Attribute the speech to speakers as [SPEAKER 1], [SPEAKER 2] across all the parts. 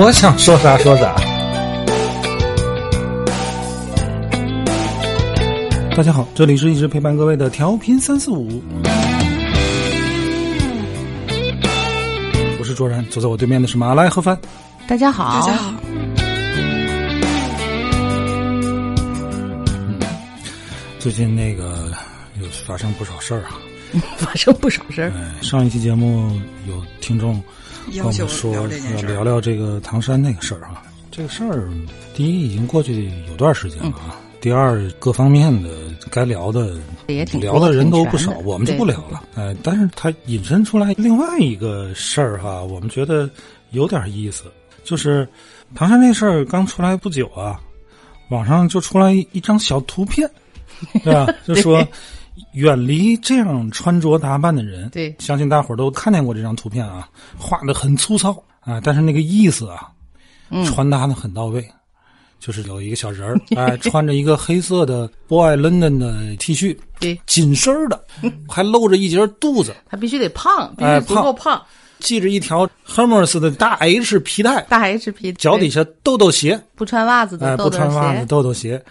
[SPEAKER 1] 我想说啥说啥。大家好，这里是一直陪伴各位的调频三四五，我是卓然，坐在我对面的是马来和帆。
[SPEAKER 2] 大家好，
[SPEAKER 3] 大家好，
[SPEAKER 1] 最近那个有发生不少事儿啊，
[SPEAKER 2] 发生不少事儿。
[SPEAKER 1] 哎，上一期节目有听众跟我
[SPEAKER 3] 要求
[SPEAKER 1] 们说
[SPEAKER 3] 聊这件事
[SPEAKER 1] 要聊
[SPEAKER 3] 儿
[SPEAKER 1] 聊这个唐山那个事儿啊。这个事儿，第一已经过去有段时间了
[SPEAKER 2] 嗯
[SPEAKER 1] 啊，第二各方面的该聊的
[SPEAKER 2] 也挺多
[SPEAKER 1] 聊的人都不少
[SPEAKER 2] 挺，全的
[SPEAKER 1] 我们就不聊了。哎，但是它引申出来另外一个事儿哈，我们觉得有点意思，就是唐山这事儿刚出来不久啊，网上就出来一张小图片，对吧？就说远离这样穿着打扮的人。
[SPEAKER 2] 对
[SPEAKER 1] 相信大伙儿都看见过这张图片啊，画的很粗糙啊，但是那个意思啊，传达的很到位。就是有一个小人儿，哎，穿着一个黑色的 Boy London 的 T 恤，
[SPEAKER 2] 对，
[SPEAKER 1] 紧身儿的，还露着一截肚子，
[SPEAKER 2] 他必须得胖，必
[SPEAKER 1] 哎
[SPEAKER 2] 须足够胖，
[SPEAKER 1] 系着一条 Hermes 的大 H 皮带，
[SPEAKER 2] 大 H 皮，
[SPEAKER 1] 脚底下豆豆鞋，
[SPEAKER 2] 不穿袜子的
[SPEAKER 1] 哎，
[SPEAKER 2] 豆
[SPEAKER 1] 不
[SPEAKER 2] 豆
[SPEAKER 1] 穿袜子
[SPEAKER 2] 鞋，
[SPEAKER 1] 豆豆鞋，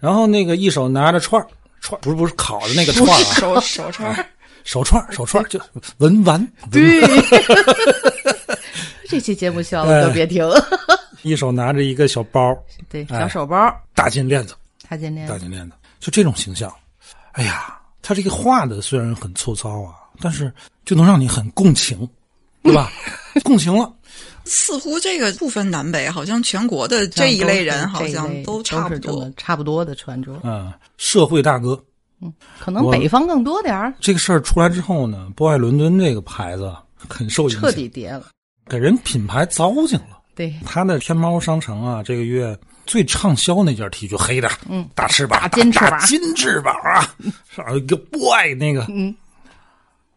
[SPEAKER 1] 然后那个一手拿着串儿，串儿不是不是烤的那个串儿 啊，
[SPEAKER 3] 手手串儿，
[SPEAKER 1] 手串儿手串儿就文玩，
[SPEAKER 2] 对。 这期节目笑
[SPEAKER 1] 哎
[SPEAKER 2] 了都 别停，
[SPEAKER 1] 一手拿着一个小包儿，
[SPEAKER 2] 对，
[SPEAKER 1] 哎
[SPEAKER 2] 小手包，
[SPEAKER 1] 大金链子，
[SPEAKER 2] 他今天
[SPEAKER 1] 大金链子，就这种形象，哎呀，他这个画的虽然很粗糙啊，但是就能让你很共情，对吧？ 共情了，
[SPEAKER 3] 似乎这个不分南北，好像全国的这一类人好
[SPEAKER 2] 这一
[SPEAKER 3] 像
[SPEAKER 2] 类
[SPEAKER 3] 都差不
[SPEAKER 2] 是这
[SPEAKER 3] 多
[SPEAKER 2] 么。差不多的穿着，
[SPEAKER 1] 嗯，社会大哥，
[SPEAKER 2] 可能
[SPEAKER 1] 我
[SPEAKER 2] 北方更多点儿，
[SPEAKER 1] 这个事儿出来之后呢，博爱伦敦这个牌子啊很受影响，
[SPEAKER 2] 彻底跌了。
[SPEAKER 1] 给人品牌糟践了。
[SPEAKER 2] 对，
[SPEAKER 1] 他的天猫商城啊，这个月最畅销那件 T 恤，黑的，嗯，大翅膀，大
[SPEAKER 2] 金翅膀
[SPEAKER 1] 大金翅膀 啊，上一个 boy 那个，嗯，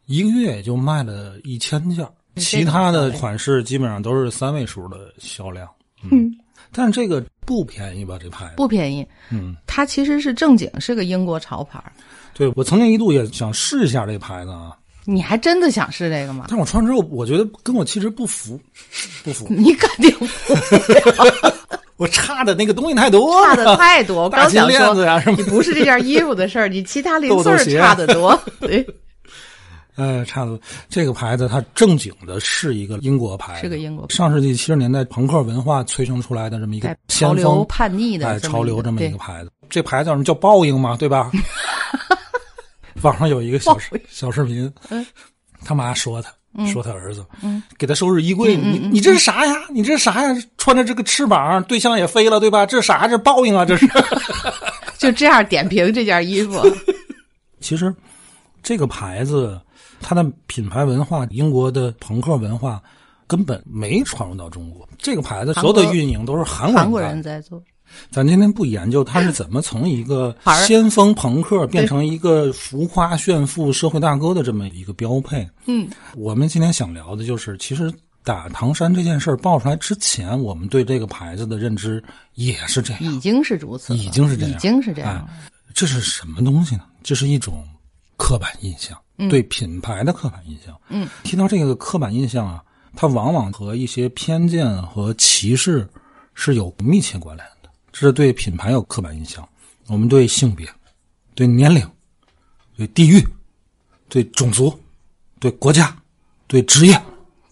[SPEAKER 1] 一个月也就卖了一千件儿，
[SPEAKER 2] 嗯
[SPEAKER 1] 其他的款式基本上都是三位数的销量，嗯，但是这个不便宜吧？这牌子，
[SPEAKER 2] 不便宜。
[SPEAKER 1] 嗯，
[SPEAKER 2] 它其实是正经，是个英国潮牌儿。
[SPEAKER 1] 对我曾经一度也想试一下这牌子啊，
[SPEAKER 2] 你还真的想试这个吗？
[SPEAKER 1] 但我穿之后，我觉得跟我气质不符，不 符，
[SPEAKER 2] 你肯定不
[SPEAKER 1] 我差的那个东西太多
[SPEAKER 2] 差
[SPEAKER 1] 了，
[SPEAKER 2] 的太多。我
[SPEAKER 1] 哦大
[SPEAKER 2] 刚
[SPEAKER 1] 金
[SPEAKER 2] 想
[SPEAKER 1] 链子
[SPEAKER 2] 说，
[SPEAKER 1] 呀、什么
[SPEAKER 2] 你不是这件衣服的事儿，你其他零碎
[SPEAKER 1] 豆
[SPEAKER 2] 儿
[SPEAKER 1] 豆鞋
[SPEAKER 2] 差 得多。对，
[SPEAKER 1] 呃，差不多。这个牌子它正经的是一个英国牌子，
[SPEAKER 2] 是个英国牌
[SPEAKER 1] 上世纪七十年代朋克文化催生出来的这么一个
[SPEAKER 2] 在
[SPEAKER 1] 先
[SPEAKER 2] 潮流
[SPEAKER 1] 锋
[SPEAKER 2] 叛逆的
[SPEAKER 1] 哎，
[SPEAKER 2] 这么
[SPEAKER 1] 潮
[SPEAKER 2] 一
[SPEAKER 1] 流
[SPEAKER 2] 个
[SPEAKER 1] 这么一
[SPEAKER 2] 对
[SPEAKER 1] 个牌子。这牌子叫什么叫报应嘛，对 吧？网上有一个小视小视频，
[SPEAKER 2] 嗯
[SPEAKER 1] 他妈说他。说他儿子，给他收拾衣
[SPEAKER 2] 嗯
[SPEAKER 1] 柜，你你这是啥呀？你这是啥呀？穿着这个翅膀，对象也飞了，对吧？这是啥？这是报应啊！这是。
[SPEAKER 2] 就这样点评这件衣服，
[SPEAKER 1] 其实这个牌子，它的品牌文化，英国的朋克文化根本没传入到中国。这个牌子所有的运营都是韩国
[SPEAKER 2] 韩国
[SPEAKER 1] 干
[SPEAKER 2] 人
[SPEAKER 1] 的。
[SPEAKER 2] 在做，
[SPEAKER 1] 咱今天不研究它是怎么从一个
[SPEAKER 2] 牌儿
[SPEAKER 1] 先锋朋克变成一个浮夸炫富社会大哥的这么一个标配。
[SPEAKER 2] 嗯，
[SPEAKER 1] 我们今天想聊的就是，其实打唐山这件事儿爆出来之前，我们对这个牌子的认知也是这样。
[SPEAKER 2] 已经是如此了，
[SPEAKER 1] 已经是这样哎
[SPEAKER 2] 已经是这样了。
[SPEAKER 1] 这是什么东西呢？这是一种刻板印象，对品牌的刻板印象。嗯，提到这个刻板印象啊，它往往和一些偏见和歧视是有密切关联的。这是对品牌有刻板印象，我们对性别、对年龄、对地域、对种族、对国家、对职业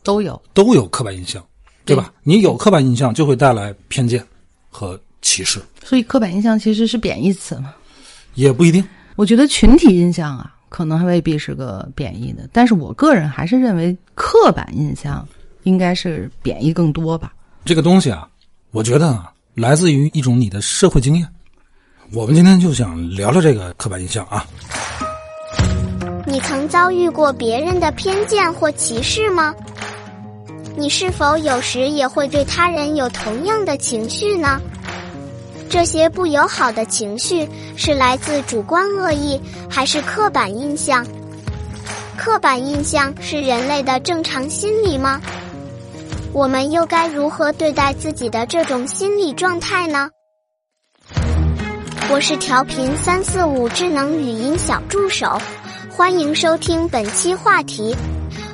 [SPEAKER 2] 都有，
[SPEAKER 1] 都有刻板印象，对吧？你有刻板印象，就会带来偏见和歧视，
[SPEAKER 2] 所以刻板印象其实是贬义词嘛。
[SPEAKER 1] 也不一定。
[SPEAKER 2] 我觉得群体印象啊，可能还未必是个贬义的，但是我个人还是认为刻板印象应该是贬义更多吧。
[SPEAKER 1] 这个东西啊，我觉得啊，来自于一种你的社会经验。我们今天就想聊聊这个刻板印象啊。
[SPEAKER 4] 你曾遭遇过别人的偏见或歧视吗？你是否有时也会对他人有同样的情绪呢？这些不友好的情绪是来自主观恶意，还是刻板印象？刻板印象是人类的正常心理吗？我们又该如何对待自己的这种心理状态呢？我是调频三四五智能语音小助手，欢迎收听本期话题：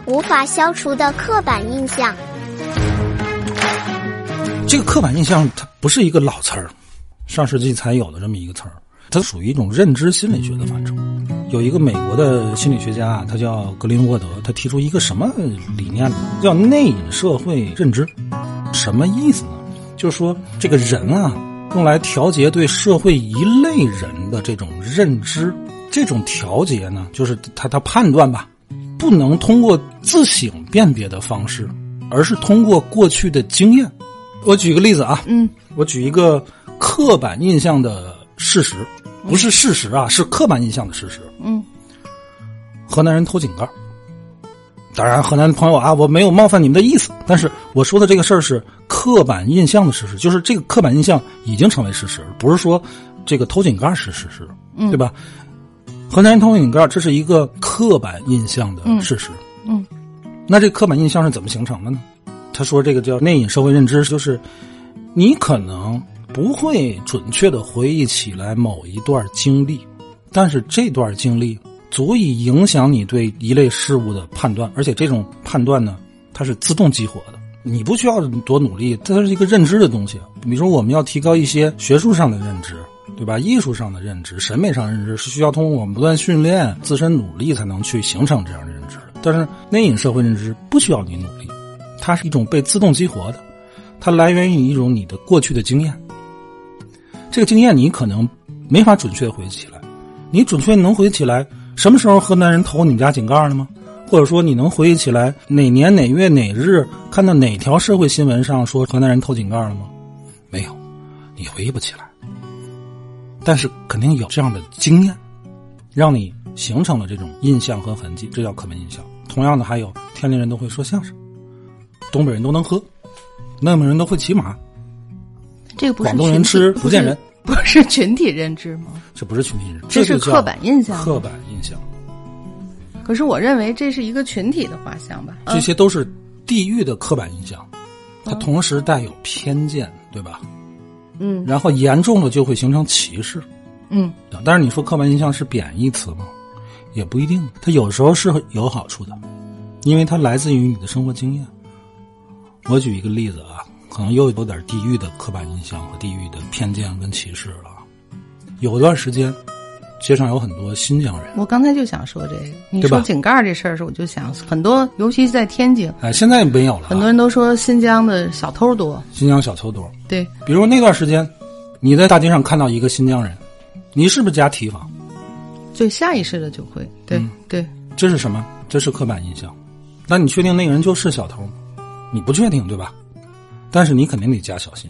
[SPEAKER 4] 无法消除的刻板印象。
[SPEAKER 1] 这个刻板印象它不是一个老词儿，上世纪才有的这么一个词儿，它属于一种认知心理学的范畴。有一个美国的心理学家啊，他叫格林沃德，他提出一个什么理念呢？叫内隐社会认知。什么意思呢？就是说这个人啊，用来调节对社会一类人的这种认知，这种调节呢，就是他他判断吧，不能通过自省辨别的方式，而是通过过去的经验。我举个例子啊，
[SPEAKER 2] 嗯，
[SPEAKER 1] 我举一个刻板印象的事实，不是事实啊，是刻板印象的事实。
[SPEAKER 2] 嗯，
[SPEAKER 1] 河南人偷井盖儿。当然，河南的朋友啊，我没有冒犯你们的意思，但是我说的这个事儿是刻板印象的事实，就是这个刻板印象已经成为事实了，不是说这个偷井盖儿是事实，
[SPEAKER 2] 嗯
[SPEAKER 1] 对吧？河南人偷井盖儿，这是一个刻板印象的事实。
[SPEAKER 2] 嗯
[SPEAKER 1] 那这刻板印象是怎么形成的呢？他说这个叫内隐社会认知，就是你可能不会准确的回忆起来某一段经历，但是这段经历足以影响你对一类事物的判断，而且这种判断呢，它是自动激活的。你不需要多努力，它是一个认知的东西。比如说，我们要提高一些学术上的认知，对吧？艺术上的认知、审美上的认知是需要通过我们不断训练、自身努力才能去形成这样的认知。但是内隐社会认知不需要你努力，它是一种被自动激活的，它来源于一种你的过去的经验。这个经验你可能没法准确地回忆起来，你准确能回忆起来什么时候河南人偷你们家井盖了吗？或者说你能回忆起来哪年哪月哪日看到哪条社会新闻上说河南人偷井盖了吗？没有，你回忆不起来。但是肯定有这样的经验，让你形成了这种印象和痕迹，这叫刻板印象。同样的，还有天津人都会说相声，东北人都能喝，内蒙人都会骑马，
[SPEAKER 2] 这个不是
[SPEAKER 1] 广东人
[SPEAKER 2] 群体
[SPEAKER 1] 吃
[SPEAKER 2] 不
[SPEAKER 1] 福建
[SPEAKER 2] 是
[SPEAKER 1] 人
[SPEAKER 2] 不是群体认知吗？
[SPEAKER 1] 这不是群体认知，
[SPEAKER 2] 这
[SPEAKER 1] 就是叫
[SPEAKER 2] 刻板印象
[SPEAKER 1] 刻板印象，
[SPEAKER 2] 可是我认为这是一个群体的画像吧？啊
[SPEAKER 1] 这些都是地域的刻板印象，它同时带有偏见，对吧？
[SPEAKER 2] 嗯
[SPEAKER 1] 然后严重了就会形成歧视。
[SPEAKER 2] 嗯
[SPEAKER 1] 啊但是你说刻板印象是贬义词吗？也不一定，它有时候是有好处的，因为它来自于你的生活经验。我举一个例子啊，可能又有点地域的刻板印象和地域的偏见跟歧视了啊。有段时间，街上有很多新疆人，
[SPEAKER 2] 我刚才就想说这个，你
[SPEAKER 1] 对吧
[SPEAKER 2] 说井盖儿这事儿的时候，我就想很多，尤其是在天津，
[SPEAKER 1] 哎，现在没有了啊、
[SPEAKER 2] 很多人都说新疆的小偷多，
[SPEAKER 1] 新疆小偷多。
[SPEAKER 2] 对，
[SPEAKER 1] 比如那段时间，你在大街上看到一个新疆人，你是不是加提防？
[SPEAKER 2] 所以下意识的就会，对、
[SPEAKER 1] 嗯
[SPEAKER 2] 对，
[SPEAKER 1] 这是什么？这是刻板印象。那你确定那个人就是小偷吗？你不确定，对吧？但是你肯定得加小心。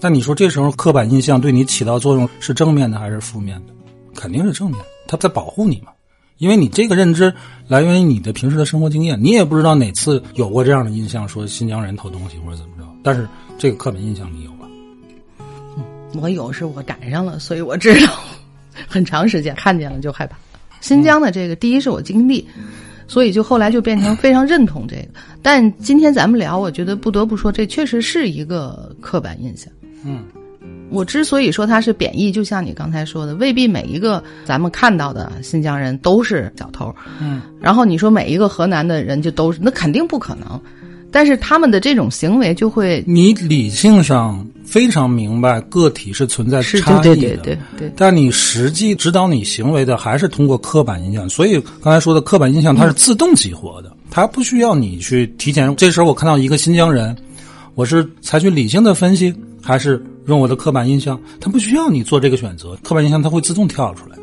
[SPEAKER 1] 那你说这时候刻板印象对你起到作用是正面的还是负面的？肯定是正面，它在保护你嘛。因为你这个认知来源于你的平时的生活经验，你也不知道哪次有过这样的印象，说新疆人偷东西或者怎么着。但是这个刻板印象你有了。
[SPEAKER 2] 我有时我赶上了，所以我知道，很长时间看见了就害怕。新疆的这个，第一是我经历，所以就后来就变成非常认同这个。但今天咱们聊，我觉得不得不说，这确实是一个刻板印象。
[SPEAKER 1] 嗯，
[SPEAKER 2] 我之所以说它是贬义，就像你刚才说的，未必每一个咱们看到的新疆人都是小偷。
[SPEAKER 1] 嗯，
[SPEAKER 2] 然后你说每一个河南的人就都是，那肯定不可能。但是他们的这种行为就会
[SPEAKER 1] 你理性上非常明白个体是存在
[SPEAKER 2] 是，
[SPEAKER 1] 差异的，
[SPEAKER 2] 对对对对对，
[SPEAKER 1] 但你实际指导你行为的还是通过刻板印象，所以刚才说的刻板印象它是自动激活的，它不需要你去提前。这时候我看到一个新疆人，我是采取理性的分析，还是用我的刻板印象？它不需要你做这个选择，刻板印象它会自动跳出来。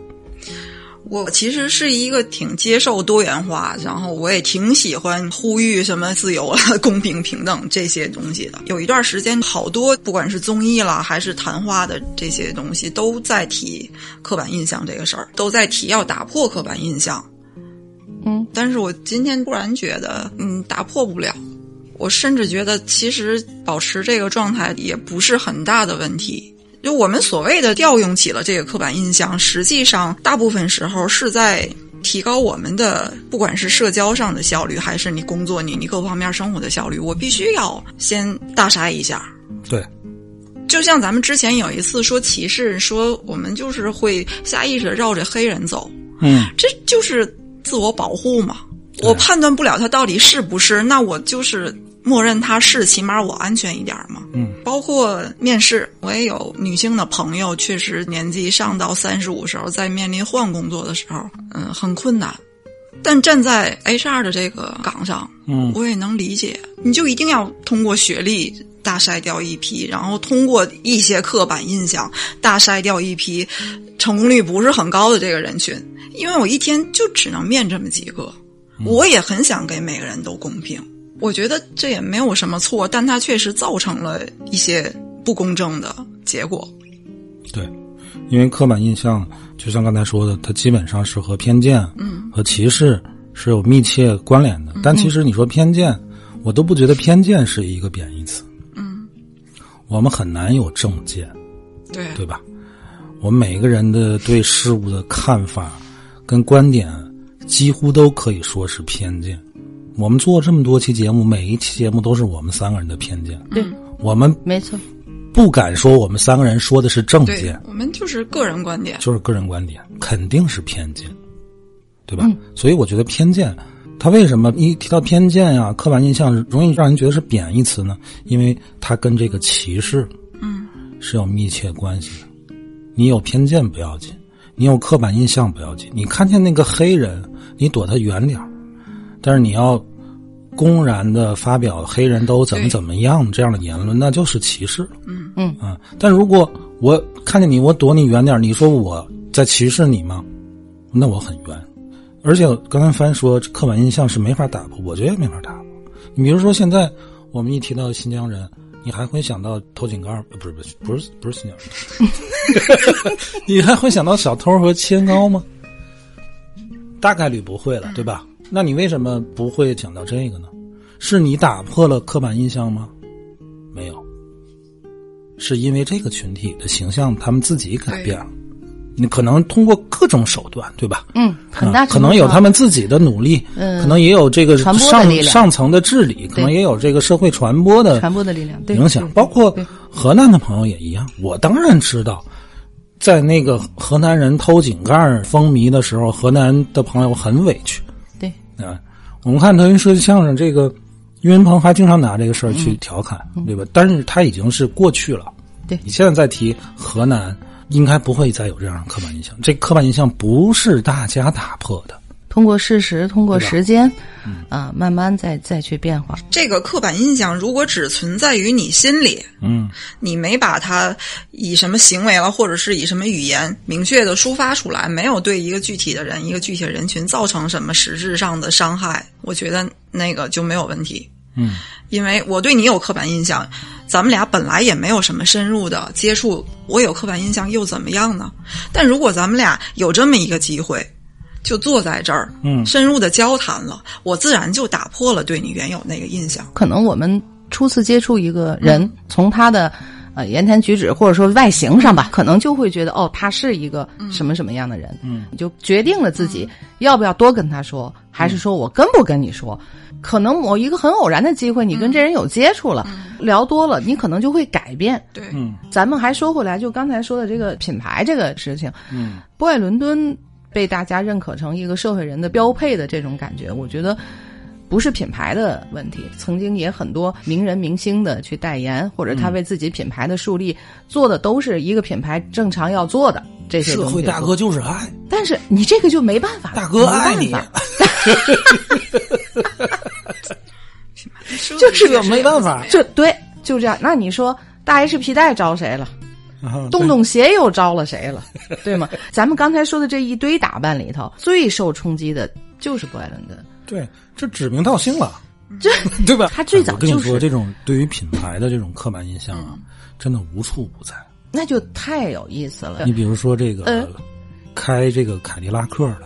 [SPEAKER 3] 我其实是一个挺接受多元化，然后我也挺喜欢呼吁什么自由啊、公平、平等这些东西的。有一段时间，好多不管是综艺啦，还是谈话的这些东西，都在提刻板印象这个事儿，都在提要打破刻板印象。
[SPEAKER 2] 嗯，
[SPEAKER 3] 但是我今天突然觉得，嗯，打破不了。我甚至觉得，其实保持这个状态也不是很大的问题。就我们所谓的调用起了这个刻板印象，实际上大部分时候是在提高我们的，不管是社交上的效率，还是你工作、你你各方面生活的效率。我必须要先大杀一下，
[SPEAKER 1] 对，
[SPEAKER 3] 就像咱们之前有一次说歧视，说我们就是会下意识地绕着黑人走，
[SPEAKER 1] 嗯，
[SPEAKER 3] 这就是自我保护嘛。我判断不了他到底是不是，那我就是默认他是，起码我安全一点嘛。
[SPEAKER 1] 嗯，
[SPEAKER 3] 包括面试，我也有女性的朋友，确实年纪上到三十五时候，在面临换工作的时候，嗯，很困难。但站在 HR 的这个岗上，
[SPEAKER 1] 嗯
[SPEAKER 3] 我也能理解，你就一定要通过学历大筛掉一批，然后通过一些刻板印象大筛掉一批成功率不是很高的这个人群，因为我一天就只能面这么几个，我也很想给每个人都公平，我觉得这也没有什么错，但它确实造成了一些不公正的结果。
[SPEAKER 1] 对，因为刻板印象就像刚才说的，它基本上是和偏见
[SPEAKER 3] 嗯
[SPEAKER 1] 和歧视是有密切关联的。但其实你说偏见，我都不觉得偏见是一个贬义词。
[SPEAKER 3] 嗯，
[SPEAKER 1] 我们很难有正见，
[SPEAKER 3] 对，
[SPEAKER 1] 对吧？我们每个人的对事物的看法跟观点，几乎都可以说是偏见。我们做这么多期节目，每一期节目都是我们三个人的偏见。
[SPEAKER 3] 嗯
[SPEAKER 2] 对，
[SPEAKER 1] 我们
[SPEAKER 2] 没错，
[SPEAKER 1] 不敢说我们三个人说的是正
[SPEAKER 3] 对
[SPEAKER 1] 见，
[SPEAKER 3] 我们就是个人观点。
[SPEAKER 1] 就是个人观点，肯定是偏见，对吧？所以我觉得偏见，它为什么一提到偏见啊、刻板印象，容易让人觉得是贬义词呢？因为它跟这个歧视，嗯，是有密切关系的。你有偏见不要紧，你有刻板印象不要紧，你看见那个黑人，你躲他远点儿但是你要。公然的发表黑人都怎么
[SPEAKER 3] 对
[SPEAKER 1] 怎么样这样的言论，那就是歧视了。
[SPEAKER 2] 嗯
[SPEAKER 1] 啊，但如果我看见你，我躲你远点儿，你说我在歧视你吗？那我很冤。而且刚才帆说刻板印象是没法打破，我觉得也没法打破。你比如说现在我们一提到新疆人，你还会想到偷井盖儿，呃不是不是不是不是新疆人，你还会想到小偷和切糕吗？大概率不会
[SPEAKER 2] 嗯
[SPEAKER 1] 了，对吧？那你为什么不会想到这个呢？是你打破了刻板印象吗？没有，是因为这个群体的形象他们自己改变了。你可能通过各种手段，对吧？
[SPEAKER 2] 嗯，很大
[SPEAKER 1] 啊可
[SPEAKER 2] 程度
[SPEAKER 1] 能有
[SPEAKER 2] 上
[SPEAKER 1] 他们自己的努力，
[SPEAKER 2] 嗯
[SPEAKER 1] 可能也有这个
[SPEAKER 2] 传播的
[SPEAKER 1] 上
[SPEAKER 2] 力量
[SPEAKER 1] 上层的治理，可能也有这个社会传播的
[SPEAKER 2] 传播的力量，对
[SPEAKER 1] 影响，
[SPEAKER 2] 对
[SPEAKER 1] 包括
[SPEAKER 2] 对
[SPEAKER 1] 河南的朋友也一样。我当然知道，在那个河南人偷井盖儿风靡的时候，河南的朋友很委屈
[SPEAKER 2] 对
[SPEAKER 1] 啊。我们看德云社相声，这个岳云鹏还经常拿这个事儿去调侃，对吧？但是他已经是过去了。
[SPEAKER 2] 嗯对
[SPEAKER 1] 你现在再提河南，应该不会再有这样的刻板印象。这刻板印象不是大家打破的，
[SPEAKER 2] 通过事实，通过
[SPEAKER 1] 对吧嗯
[SPEAKER 2] 时间，啊，慢慢再再去变化。
[SPEAKER 3] 这个刻板印象如果只存在于你心里，
[SPEAKER 1] 嗯，
[SPEAKER 3] 你没把它以什么行为啊了，或者是以什么语言明确的抒发出来，没有对一个具体的人、一个具体的人群造成什么实质上的伤害，我觉得那个就没有问题。
[SPEAKER 1] 嗯，
[SPEAKER 3] 因为我对你有刻板印象，咱们俩本来也没有什么深入的接触，我有刻板印象又怎么样呢？但如果咱们俩有这么一个机会，就坐在这儿，
[SPEAKER 1] 嗯
[SPEAKER 3] 深入的交谈了，我自然就打破了对你原有那个印象。
[SPEAKER 2] 可能我们初次接触一个人，
[SPEAKER 1] 嗯
[SPEAKER 2] 从他的呃言谈举止或者说外形上吧，可能就会觉得哦，他是一个什么什么样的人，
[SPEAKER 1] 嗯，
[SPEAKER 2] 你就决定了自己要不要多跟他说，还
[SPEAKER 1] 嗯
[SPEAKER 2] 是说我跟不跟你说。可能某一个很偶然的机
[SPEAKER 1] 嗯
[SPEAKER 2] 会，你跟这人有接触了，聊多了，你可能就会改变。
[SPEAKER 3] 对，
[SPEAKER 1] 嗯
[SPEAKER 2] 咱们还说回来，就刚才说的这个品牌这个事情，
[SPEAKER 1] 嗯，
[SPEAKER 2] 博爱伦敦被大家认可成一个社会人的标配的这种感觉，我觉得不是品牌的问题。曾经也很多名人明星的去代言，或者他
[SPEAKER 1] 嗯
[SPEAKER 2] 为自己品牌的树立、做的都是一个品牌正常要做的这些
[SPEAKER 1] 社
[SPEAKER 2] 东西。
[SPEAKER 1] 会大哥，就是爱，
[SPEAKER 2] 但是你这个就没办法了，
[SPEAKER 1] 大哥爱
[SPEAKER 2] 没
[SPEAKER 1] 你啊
[SPEAKER 2] 办法。
[SPEAKER 3] 就是
[SPEAKER 1] 这个没办法
[SPEAKER 2] 就对，就这样。那你说大 H 皮带招谁了？
[SPEAKER 1] 啊
[SPEAKER 2] 洞洞鞋又招了谁了，对吗？咱们刚才说的这一堆打扮里头，最受冲击的就是博爱伦敦。
[SPEAKER 1] 对，这指名道姓了，
[SPEAKER 2] 这
[SPEAKER 1] 对吧？
[SPEAKER 2] 他最早
[SPEAKER 1] 哎我跟你
[SPEAKER 2] 就是嗯
[SPEAKER 1] 说，这种对于品牌的这种刻板印象啊，真的无处不在。
[SPEAKER 2] 那就太有意思了呃
[SPEAKER 1] 你。比如说这个、
[SPEAKER 2] 嗯
[SPEAKER 1] 开这个凯迪拉克的，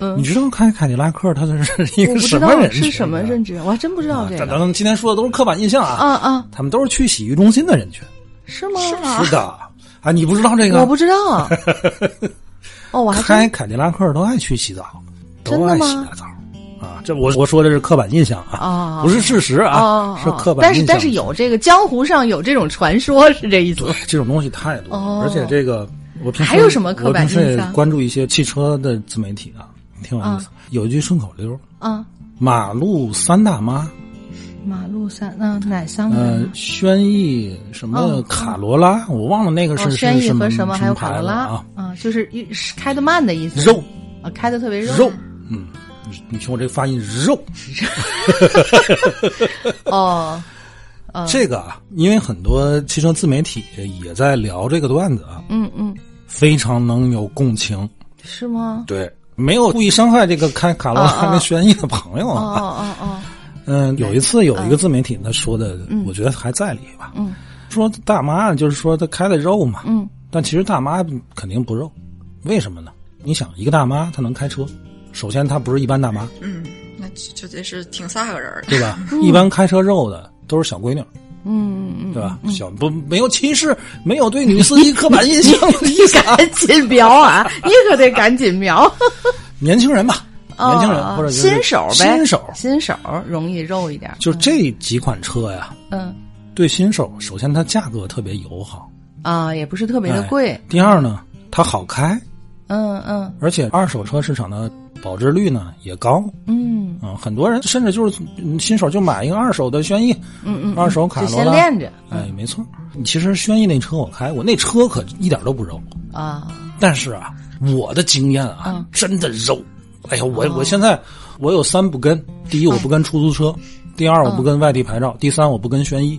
[SPEAKER 2] 嗯
[SPEAKER 1] 你知道开凯迪拉克他是一个
[SPEAKER 2] 我不知
[SPEAKER 1] 什么
[SPEAKER 2] 道
[SPEAKER 1] 人群
[SPEAKER 2] 是什么
[SPEAKER 1] 啊
[SPEAKER 2] 认知，我还真不知道
[SPEAKER 1] 啊
[SPEAKER 2] 这
[SPEAKER 1] 咱
[SPEAKER 2] 个。
[SPEAKER 1] 咱们今天说的都是刻板印象啊，
[SPEAKER 2] 啊啊，
[SPEAKER 1] 他们都是去洗浴中心的人群。
[SPEAKER 2] 是吗？
[SPEAKER 1] 是的，啊，你不知道这个？
[SPEAKER 2] 我不知道。 哦，我还
[SPEAKER 1] 开
[SPEAKER 2] 真
[SPEAKER 1] 凯迪拉克都爱去洗澡，
[SPEAKER 2] 真
[SPEAKER 1] 都
[SPEAKER 2] 的
[SPEAKER 1] 爱
[SPEAKER 2] 吗
[SPEAKER 1] 洗大澡。啊，这我我说的是刻板印象
[SPEAKER 2] 哦
[SPEAKER 1] 啊，不是事实
[SPEAKER 2] 哦
[SPEAKER 1] 啊，，是
[SPEAKER 2] 哦
[SPEAKER 1] 刻板
[SPEAKER 2] 但
[SPEAKER 1] 印
[SPEAKER 2] 是
[SPEAKER 1] 象。
[SPEAKER 2] 但是有这个江湖上有这种传说，是这 意思
[SPEAKER 1] 对。这种东西太多
[SPEAKER 2] 哦
[SPEAKER 1] 了，而且这个我平时
[SPEAKER 2] 还有什么刻板印象嗯
[SPEAKER 1] 我平时也关注一些汽车的自媒体啊，挺有意思。有一句顺口溜：
[SPEAKER 2] 啊？
[SPEAKER 1] 马路三大妈，
[SPEAKER 2] 马路三，嗯，哪三个
[SPEAKER 1] 呃
[SPEAKER 2] 人？，
[SPEAKER 1] 轩逸什么
[SPEAKER 2] 嗯
[SPEAKER 1] 卡罗拉，我忘了那个
[SPEAKER 2] 哦，
[SPEAKER 1] 是
[SPEAKER 2] 轩
[SPEAKER 1] 是
[SPEAKER 2] 逸和
[SPEAKER 1] 什
[SPEAKER 2] 什
[SPEAKER 1] 么
[SPEAKER 2] 么，还有卡
[SPEAKER 1] 牌
[SPEAKER 2] 罗
[SPEAKER 1] 子
[SPEAKER 2] 拉
[SPEAKER 1] 啊，
[SPEAKER 2] 啊，就是一是开的慢的意思。
[SPEAKER 1] 肉
[SPEAKER 2] 啊，开的特别
[SPEAKER 1] 肉，嗯，你你听我这发音，肉
[SPEAKER 2] 哦，嗯
[SPEAKER 1] 这个啊，因为很多汽车自媒体也在聊这个段子啊，
[SPEAKER 2] 嗯嗯，
[SPEAKER 1] 非常能有共情，
[SPEAKER 2] 是吗？
[SPEAKER 1] 对。没有故意伤害这个开卡罗
[SPEAKER 2] 啊
[SPEAKER 1] 拉
[SPEAKER 2] 啊
[SPEAKER 1] 跟轩逸的朋友
[SPEAKER 2] 哦
[SPEAKER 1] 啊，
[SPEAKER 2] 哦哦，
[SPEAKER 1] 嗯，有一次有一个自媒体他说的，我觉得还在理吧。
[SPEAKER 2] 嗯，
[SPEAKER 1] 说大妈就是说她开的肉嘛，
[SPEAKER 2] 嗯，
[SPEAKER 1] 但其实大妈肯定不肉，为什么呢？你想，一个大妈她能开车，首先她不是一般大 妈，
[SPEAKER 3] 嗯，那这这是挺飒个人儿的。
[SPEAKER 1] 对吧？一般开车肉的都是小闺女，
[SPEAKER 2] 嗯嗯嗯，
[SPEAKER 1] 对吧？小不没有歧视，没有对女司机刻板印象的意 思啊，
[SPEAKER 2] 赶紧瞄啊！你可得赶紧瞄。
[SPEAKER 1] 年轻人吧， 年轻人
[SPEAKER 2] 哦
[SPEAKER 1] 或者就是
[SPEAKER 2] 新手呗，嗯
[SPEAKER 1] 新手
[SPEAKER 2] 新手容易肉一点。
[SPEAKER 1] 就这几款车呀，
[SPEAKER 2] 嗯
[SPEAKER 1] 对新手，首先它价格特别友好，
[SPEAKER 2] 啊，也不是特别
[SPEAKER 1] 哎
[SPEAKER 2] 的贵。
[SPEAKER 1] 第二呢，它好开。
[SPEAKER 2] 嗯嗯
[SPEAKER 1] 而且二手车市场的保值率呢也高
[SPEAKER 2] 嗯
[SPEAKER 1] 啊、很多人甚至就是嗯新手就买一个二手的轩逸，
[SPEAKER 2] 嗯嗯，
[SPEAKER 1] 二手卡
[SPEAKER 2] 就
[SPEAKER 1] 罗
[SPEAKER 2] 先
[SPEAKER 1] 拉，
[SPEAKER 2] 练着
[SPEAKER 1] 哎，没错。其实轩逸那车我开过，那车可一点都不肉，
[SPEAKER 2] 啊。
[SPEAKER 1] 但是啊，我的经验啊，
[SPEAKER 2] 嗯哦
[SPEAKER 1] 真的肉。哎呀，我、我现在我有三不跟：第一，我不跟出租车；
[SPEAKER 2] 嗯
[SPEAKER 1] 第二，我不跟外地牌照；第三，我不跟轩逸。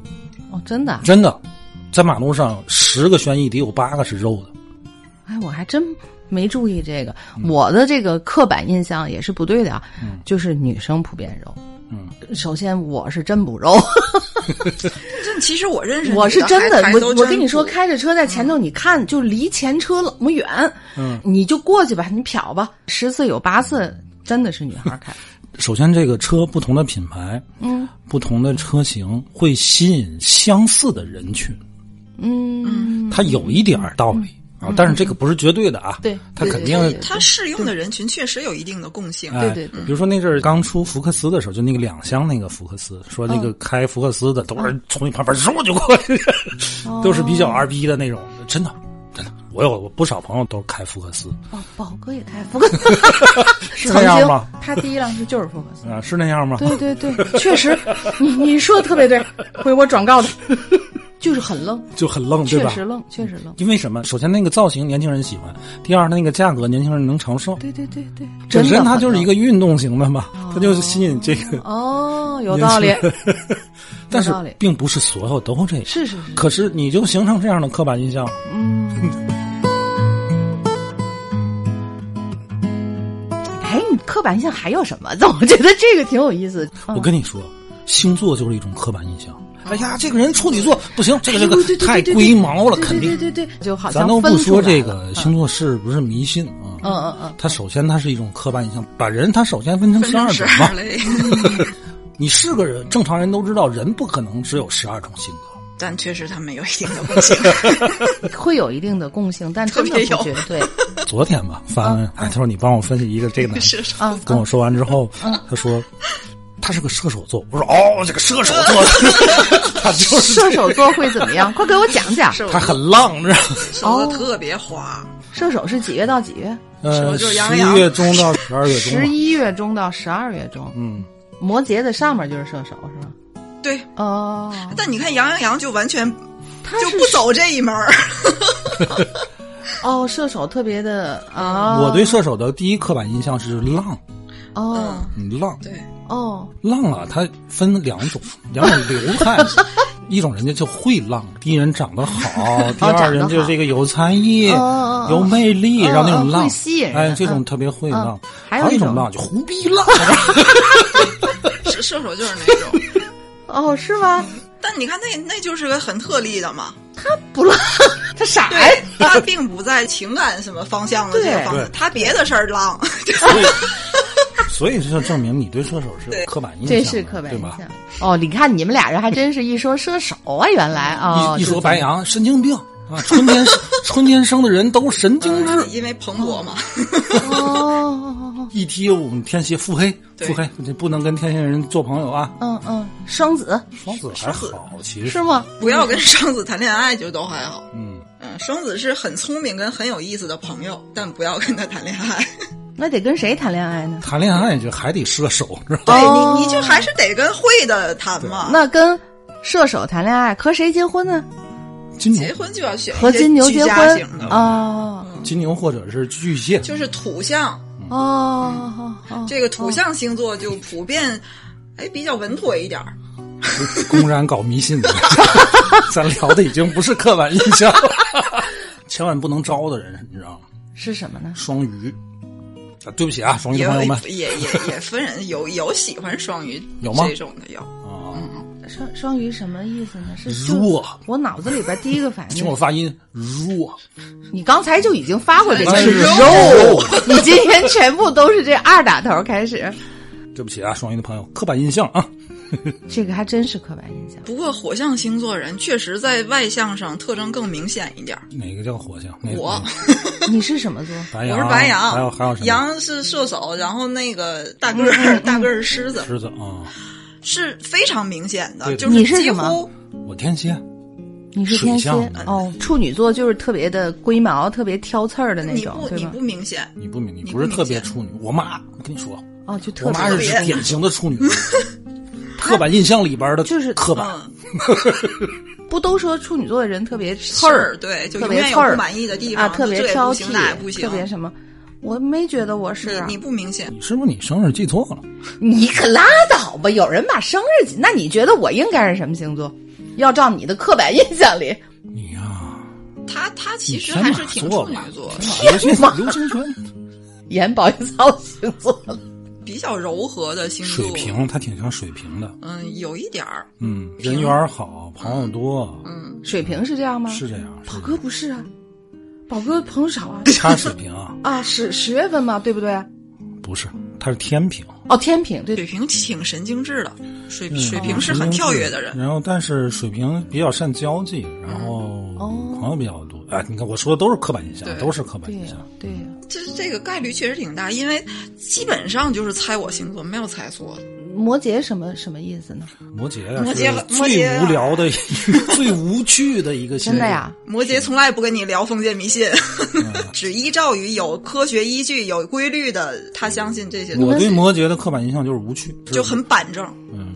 [SPEAKER 2] 哦，真的啊？
[SPEAKER 1] 真的，在马路上十个轩逸得有八个是肉的。
[SPEAKER 2] 哎，我还真没注意这个。
[SPEAKER 1] 嗯
[SPEAKER 2] 我的这个刻板印象也是不对的啊，就是女生普遍肉。
[SPEAKER 1] 嗯，
[SPEAKER 2] 首先我是真不 肉，
[SPEAKER 3] 这其实我认识
[SPEAKER 2] 我是
[SPEAKER 3] 女
[SPEAKER 2] 真
[SPEAKER 3] 的
[SPEAKER 2] 的
[SPEAKER 3] 还，还
[SPEAKER 2] 我
[SPEAKER 3] 都
[SPEAKER 2] 我跟你
[SPEAKER 3] 真
[SPEAKER 2] 说，
[SPEAKER 3] 不
[SPEAKER 2] 开着车在前头，你看就离前车老么远，
[SPEAKER 1] 嗯，
[SPEAKER 2] 你就过去吧，你瞟吧，十次有八次真的是女孩开，
[SPEAKER 1] 首先，这个车不同的品牌，
[SPEAKER 2] 嗯
[SPEAKER 1] 不同的车型会吸引相似的人群，
[SPEAKER 2] 嗯，
[SPEAKER 1] 它有一点儿道理啊，但是这个不是绝对的啊，
[SPEAKER 2] 对
[SPEAKER 1] 它
[SPEAKER 2] 对
[SPEAKER 1] 肯
[SPEAKER 2] 对
[SPEAKER 1] 定
[SPEAKER 2] 对
[SPEAKER 1] 是。
[SPEAKER 3] 它适用的人群确实有一定的共性。
[SPEAKER 1] 哎
[SPEAKER 2] 对对
[SPEAKER 1] 比如说那阵儿刚出福克斯的时候，就那个两厢那个福克斯，说那个
[SPEAKER 2] 嗯
[SPEAKER 1] 开福克斯的都是从你旁边嗖就过去，
[SPEAKER 2] 哦
[SPEAKER 1] 都是比较二逼的那种，真的，真的，我有不少朋友都是开福克斯
[SPEAKER 2] 哦，宝哥也开福克斯，
[SPEAKER 1] 是这样吗
[SPEAKER 2] 曾经他第一辆车就是福克斯，
[SPEAKER 1] 啊，是那样吗？
[SPEAKER 2] 对对对，确实，你你说的特别对，回我转告 的，就是很愣，
[SPEAKER 1] 就很愣，对
[SPEAKER 2] 确
[SPEAKER 1] 吧？
[SPEAKER 2] 实愣，确实愣，
[SPEAKER 1] 因为什么？首先那个造型年轻人喜欢，第二它那个价格年轻人能承受，
[SPEAKER 2] 对对对对，
[SPEAKER 1] 本
[SPEAKER 2] 真的
[SPEAKER 1] 身
[SPEAKER 2] 很哦
[SPEAKER 1] 它就是
[SPEAKER 2] 愣
[SPEAKER 1] 一个运动型的嘛，它就是吸引这个
[SPEAKER 2] 哦，有道理，
[SPEAKER 1] 但是
[SPEAKER 2] 有道理
[SPEAKER 1] 并不是所有都这样。
[SPEAKER 2] 是是 是，
[SPEAKER 1] 可是你就形成这样的刻板印象，
[SPEAKER 2] 嗯。哎，你刻板印象还有什么？我觉得这个挺有意思。嗯
[SPEAKER 1] 我跟你说，星座就是一种刻板印象。哎呀，这个人处女座不行，这个这
[SPEAKER 2] 哎呦对对
[SPEAKER 1] 个
[SPEAKER 2] 对
[SPEAKER 1] 太
[SPEAKER 2] 对对
[SPEAKER 1] 龟毛了，
[SPEAKER 2] 对
[SPEAKER 1] 肯
[SPEAKER 2] 对
[SPEAKER 1] 定。
[SPEAKER 2] 对对对，就好像
[SPEAKER 1] 咱都不
[SPEAKER 2] 分出
[SPEAKER 1] 说
[SPEAKER 2] 来
[SPEAKER 1] 这
[SPEAKER 2] 了
[SPEAKER 1] 个星座是不是迷信啊？
[SPEAKER 2] 嗯嗯嗯，
[SPEAKER 1] 它首先它是一种刻板印象，把人它首先分成
[SPEAKER 3] 分
[SPEAKER 1] 十二
[SPEAKER 3] 成十
[SPEAKER 1] 种
[SPEAKER 3] 二
[SPEAKER 1] 嘛。
[SPEAKER 3] 类，
[SPEAKER 1] 你是个人，正常人都知道，人不可能只有十二种性格。
[SPEAKER 3] 但确实它们有一定的共 性。
[SPEAKER 2] 嗯会有一定的共性，但真的
[SPEAKER 3] 特别有
[SPEAKER 2] 不绝对。
[SPEAKER 1] 昨天吧，范恩，哎，他说你帮我分析一个这个男的，
[SPEAKER 3] 是是
[SPEAKER 2] 啊，
[SPEAKER 1] 跟我说完之后，
[SPEAKER 2] 嗯
[SPEAKER 1] 他说他是个射手座，我说哦，这个射手座，
[SPEAKER 2] 嗯
[SPEAKER 1] 他就是
[SPEAKER 2] 射手座会怎么 样？快给我讲讲。
[SPEAKER 3] 是
[SPEAKER 1] 他很浪，你知道吗？
[SPEAKER 3] 手
[SPEAKER 2] 哦
[SPEAKER 3] 的特别滑，
[SPEAKER 2] 射手是几月到几月？
[SPEAKER 1] 呃，
[SPEAKER 3] 就是
[SPEAKER 1] 十
[SPEAKER 3] 杨洋
[SPEAKER 1] 一月中到十二月中啊
[SPEAKER 2] 十
[SPEAKER 1] 吧，
[SPEAKER 2] 一月中到十二月中。
[SPEAKER 1] 嗯，
[SPEAKER 2] 摩羯的上面就是射手，是吧？
[SPEAKER 3] 对。
[SPEAKER 2] 哦，
[SPEAKER 3] 但你看杨阳洋就完全
[SPEAKER 2] 他
[SPEAKER 3] 就是不走这一门儿，
[SPEAKER 2] 哦，射手特别的啊。
[SPEAKER 1] 我对射手的第一刻板印象是浪，
[SPEAKER 2] 哦
[SPEAKER 1] 嗯浪，
[SPEAKER 3] 对，
[SPEAKER 2] 哦
[SPEAKER 1] 浪啊，它分两种，两种流派。一种人家就会浪，第一人长得好， 第
[SPEAKER 2] 长得
[SPEAKER 1] 二人就
[SPEAKER 2] 好
[SPEAKER 1] 这个有才艺、
[SPEAKER 2] 哦哦哦
[SPEAKER 1] 有魅力，
[SPEAKER 2] 哦
[SPEAKER 1] 然后那种
[SPEAKER 2] 哦
[SPEAKER 1] 浪
[SPEAKER 2] 会吸引人
[SPEAKER 1] 哎，这种
[SPEAKER 2] 嗯
[SPEAKER 1] 特别会
[SPEAKER 2] 嗯
[SPEAKER 1] 浪。
[SPEAKER 2] 还有
[SPEAKER 1] 有
[SPEAKER 2] 一种
[SPEAKER 1] 种浪就胡逼浪，
[SPEAKER 3] 射射手就是那种。
[SPEAKER 2] 哦，是吗？
[SPEAKER 3] 但你看那那就是个很特例的嘛，
[SPEAKER 2] 不浪，他他傻呀、
[SPEAKER 3] 对，他并不在情感什么方向的这个方
[SPEAKER 1] 对
[SPEAKER 3] 向，他别的事儿浪。
[SPEAKER 1] 所以，所以这就证明你对射手是有
[SPEAKER 3] 对
[SPEAKER 1] 刻板印象的，
[SPEAKER 2] 真是刻板印
[SPEAKER 1] 对吧
[SPEAKER 2] 象？哦，你看你们俩人还真是一说射手啊，原来啊，
[SPEAKER 1] 嗯一一
[SPEAKER 2] 就
[SPEAKER 1] 说
[SPEAKER 2] 是
[SPEAKER 1] 白羊，神经病啊！春天春天生的人都神经质，
[SPEAKER 3] 因为蓬勃嘛，
[SPEAKER 2] 哦，
[SPEAKER 1] 一踢我们天蝎腹黑，
[SPEAKER 3] 对
[SPEAKER 1] 腹黑，你不能跟天蝎人做朋友啊。
[SPEAKER 2] 嗯嗯，双子
[SPEAKER 1] 双子还好，其实
[SPEAKER 2] 是吗？
[SPEAKER 3] 不要跟双子谈恋爱就都还好。
[SPEAKER 1] 嗯，
[SPEAKER 3] 嗯，双子是很聪明跟很有意思的朋友，但不要跟他谈恋爱。
[SPEAKER 2] 那得跟谁谈恋爱呢？
[SPEAKER 1] 谈恋爱就还得射手，知道吧？
[SPEAKER 3] 对
[SPEAKER 2] 哦
[SPEAKER 3] 哎你，你就还是得跟会的谈嘛。
[SPEAKER 2] 那跟射手谈恋爱，和谁结婚呢？
[SPEAKER 1] 金
[SPEAKER 3] 结
[SPEAKER 1] 牛、
[SPEAKER 3] 婚就要选
[SPEAKER 2] 和
[SPEAKER 3] 一些
[SPEAKER 2] 金牛
[SPEAKER 3] 居
[SPEAKER 2] 结
[SPEAKER 3] 家
[SPEAKER 2] 婚
[SPEAKER 3] 型
[SPEAKER 1] 嗯
[SPEAKER 3] 的，
[SPEAKER 2] 哦
[SPEAKER 1] 金牛或者是巨蟹，
[SPEAKER 3] 就是土象，
[SPEAKER 2] 哦哦，
[SPEAKER 3] 这个土象星座就普遍，哎，比较稳妥一点儿。
[SPEAKER 1] 公然搞迷信的， 咱聊的已经不是刻板印象了，千万不能招的人，你知道吗？
[SPEAKER 2] 是什么呢？
[SPEAKER 1] 双鱼。啊，对不起啊，双鱼
[SPEAKER 3] 也
[SPEAKER 1] 的朋友们
[SPEAKER 3] 也也也分人，有有喜欢双鱼
[SPEAKER 1] 有吗
[SPEAKER 3] 这种的有，
[SPEAKER 1] 啊，
[SPEAKER 2] 双双鱼什么意思呢？是就
[SPEAKER 1] 弱，
[SPEAKER 2] 我脑子里边第一个 反
[SPEAKER 1] 听我
[SPEAKER 2] 应，
[SPEAKER 1] 发音，弱，
[SPEAKER 2] 你刚才就已经发过这
[SPEAKER 1] 刚才
[SPEAKER 2] 个
[SPEAKER 1] 是
[SPEAKER 2] 肉， 你今天全部都是这二打头开始，
[SPEAKER 1] 对不起啊，双鱼的朋友，刻板印象啊，
[SPEAKER 2] 这个还真是刻板印象。
[SPEAKER 3] 不过火象星座人确实在外向上特征更明显一点儿。
[SPEAKER 1] 哪个叫火象？哪个嗯
[SPEAKER 3] 我
[SPEAKER 2] 你是什么座？
[SPEAKER 1] 白
[SPEAKER 3] 我
[SPEAKER 1] 羊，
[SPEAKER 3] 是
[SPEAKER 1] 羊，
[SPEAKER 3] 白羊，
[SPEAKER 1] 哎还有还有什么？
[SPEAKER 3] 羊是射手，然后那个大个 儿大个儿是狮子，
[SPEAKER 1] 狮子啊，
[SPEAKER 3] 是非常明显的，
[SPEAKER 1] 对
[SPEAKER 3] 就是
[SPEAKER 2] 你是
[SPEAKER 3] 几
[SPEAKER 2] 什么
[SPEAKER 3] 乎
[SPEAKER 1] 我天蝎，
[SPEAKER 2] 你是天蝎
[SPEAKER 1] 水象的
[SPEAKER 2] 哦，处女座就是特别的龟毛，特别挑刺儿的那
[SPEAKER 3] 你
[SPEAKER 2] 种
[SPEAKER 3] 不，
[SPEAKER 2] 对
[SPEAKER 3] 你
[SPEAKER 2] 吧
[SPEAKER 3] 不？明显，
[SPEAKER 1] 你不明，你
[SPEAKER 3] 你
[SPEAKER 1] 不是
[SPEAKER 3] 不明
[SPEAKER 1] 特别
[SPEAKER 3] 显
[SPEAKER 1] 处女，我妈，我跟你说，
[SPEAKER 2] 哦，就特
[SPEAKER 1] 我妈
[SPEAKER 2] 别
[SPEAKER 1] 是
[SPEAKER 3] 别
[SPEAKER 1] 典型的 处女，刻板印象里边的，
[SPEAKER 2] 就是
[SPEAKER 1] 刻板，
[SPEAKER 3] 嗯，
[SPEAKER 2] 不都说处女座的人特别
[SPEAKER 3] 刺
[SPEAKER 2] 刺
[SPEAKER 3] 儿
[SPEAKER 2] 儿，
[SPEAKER 3] 对，就
[SPEAKER 2] 特
[SPEAKER 3] 永
[SPEAKER 2] 别
[SPEAKER 3] 远
[SPEAKER 2] 刺
[SPEAKER 3] 有
[SPEAKER 2] 儿
[SPEAKER 3] 不满意的地
[SPEAKER 2] 啊，
[SPEAKER 3] 方，
[SPEAKER 2] 特别
[SPEAKER 3] 这也
[SPEAKER 2] 挑
[SPEAKER 3] 不行
[SPEAKER 2] 剔
[SPEAKER 3] 那也不，行，
[SPEAKER 2] 特别什么。我没觉得我是啊、
[SPEAKER 3] 你你不明显，
[SPEAKER 1] 你是不是你生日记错了？
[SPEAKER 2] 你可拉倒吧！有人把生日记，那你觉得我应该是什么星座？要照你的刻板印象里，
[SPEAKER 1] 你呀、
[SPEAKER 3] 他他其
[SPEAKER 1] 你
[SPEAKER 3] 实
[SPEAKER 1] 天
[SPEAKER 3] 还
[SPEAKER 1] 马
[SPEAKER 3] 是挺
[SPEAKER 1] 座
[SPEAKER 3] 处女
[SPEAKER 1] 吧
[SPEAKER 3] 座，
[SPEAKER 1] 天 马流星流星拳，
[SPEAKER 2] 眼保健操星座了。
[SPEAKER 3] 比较柔和的星座，
[SPEAKER 1] 水瓶，他挺像水瓶的，
[SPEAKER 3] 嗯，有一点儿，
[SPEAKER 1] 嗯，人缘好，朋友多，
[SPEAKER 3] 啊嗯，
[SPEAKER 2] 水瓶是这样吗？
[SPEAKER 1] 是这样，
[SPEAKER 2] 宝 哥不是啊，宝哥朋友少啊
[SPEAKER 1] 他是水瓶啊，
[SPEAKER 2] 啊，十十月份嘛，对不对？
[SPEAKER 1] 不是，他是天平。
[SPEAKER 2] 哦，天平对
[SPEAKER 3] 水瓶挺神经质的，水
[SPEAKER 1] 嗯
[SPEAKER 3] 水瓶是很跳跃的人，嗯
[SPEAKER 1] 然后但是水瓶比较善交际，然后
[SPEAKER 2] 哦
[SPEAKER 1] 朋友比较多。哎，你看我说的都是刻板印象，
[SPEAKER 3] 对
[SPEAKER 1] 都是刻板
[SPEAKER 2] 对
[SPEAKER 1] 印
[SPEAKER 2] 呀
[SPEAKER 1] 象。
[SPEAKER 2] 对呀，
[SPEAKER 1] 嗯
[SPEAKER 3] 这这个概率确实挺大，因为基本上就是猜我星座，没有猜错的。
[SPEAKER 2] 摩羯什么什么意思呢？
[SPEAKER 1] 摩羯呀，
[SPEAKER 3] 摩羯
[SPEAKER 1] 是
[SPEAKER 3] 摩羯
[SPEAKER 1] 最
[SPEAKER 3] 啊
[SPEAKER 1] 无聊的一 个、最无趣的一个星
[SPEAKER 2] 真
[SPEAKER 1] 座
[SPEAKER 2] 的呀，
[SPEAKER 3] 摩羯从来不跟你聊封建 迷信，
[SPEAKER 1] 啊
[SPEAKER 3] 只依照于有科学依据、有规律的，他相信这些
[SPEAKER 1] 我
[SPEAKER 3] 东西
[SPEAKER 1] 对摩羯的刻板印象就是嗯无趣，
[SPEAKER 3] 就很板正。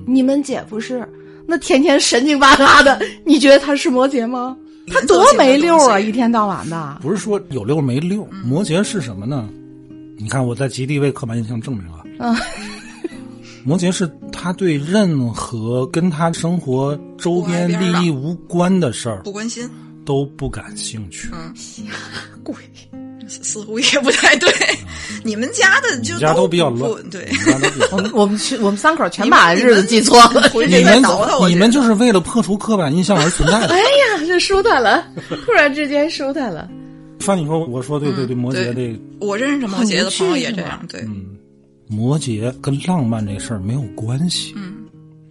[SPEAKER 2] 你们姐夫是那天天神经巴拉的，你觉得他是摩羯吗？他多没溜啊，一天到晚的。
[SPEAKER 1] 不是说有溜没溜。
[SPEAKER 3] 嗯
[SPEAKER 1] 摩羯是什么呢？你看我在极地为刻板印象证明啊。
[SPEAKER 2] 嗯
[SPEAKER 1] 摩羯是他对任何跟他生活周边
[SPEAKER 3] 不挨边儿的
[SPEAKER 1] 利益无关的事儿
[SPEAKER 3] 不关心，
[SPEAKER 1] 都不感兴趣。
[SPEAKER 3] 嗯
[SPEAKER 2] 鬼，
[SPEAKER 3] 似乎也不太 对。你们家的就
[SPEAKER 1] 你家都比较
[SPEAKER 3] 不
[SPEAKER 1] 乱
[SPEAKER 3] 对。
[SPEAKER 1] 你看都不
[SPEAKER 2] 我们我们去我们三口全把日子记错了。
[SPEAKER 3] 回
[SPEAKER 1] 你
[SPEAKER 3] 去再
[SPEAKER 1] 们
[SPEAKER 3] 倒腾我
[SPEAKER 1] 你
[SPEAKER 3] 去
[SPEAKER 1] 们就是为了破除刻板印象而存在的
[SPEAKER 2] 哎。呀，这舒坦了，突然之间舒坦了。
[SPEAKER 1] 范，你说我说对对对，摩羯
[SPEAKER 3] 对
[SPEAKER 1] 这
[SPEAKER 3] 我认识摩羯的朋友也这样，对，
[SPEAKER 1] 嗯摩羯跟浪漫这事儿没有关系。
[SPEAKER 3] 嗯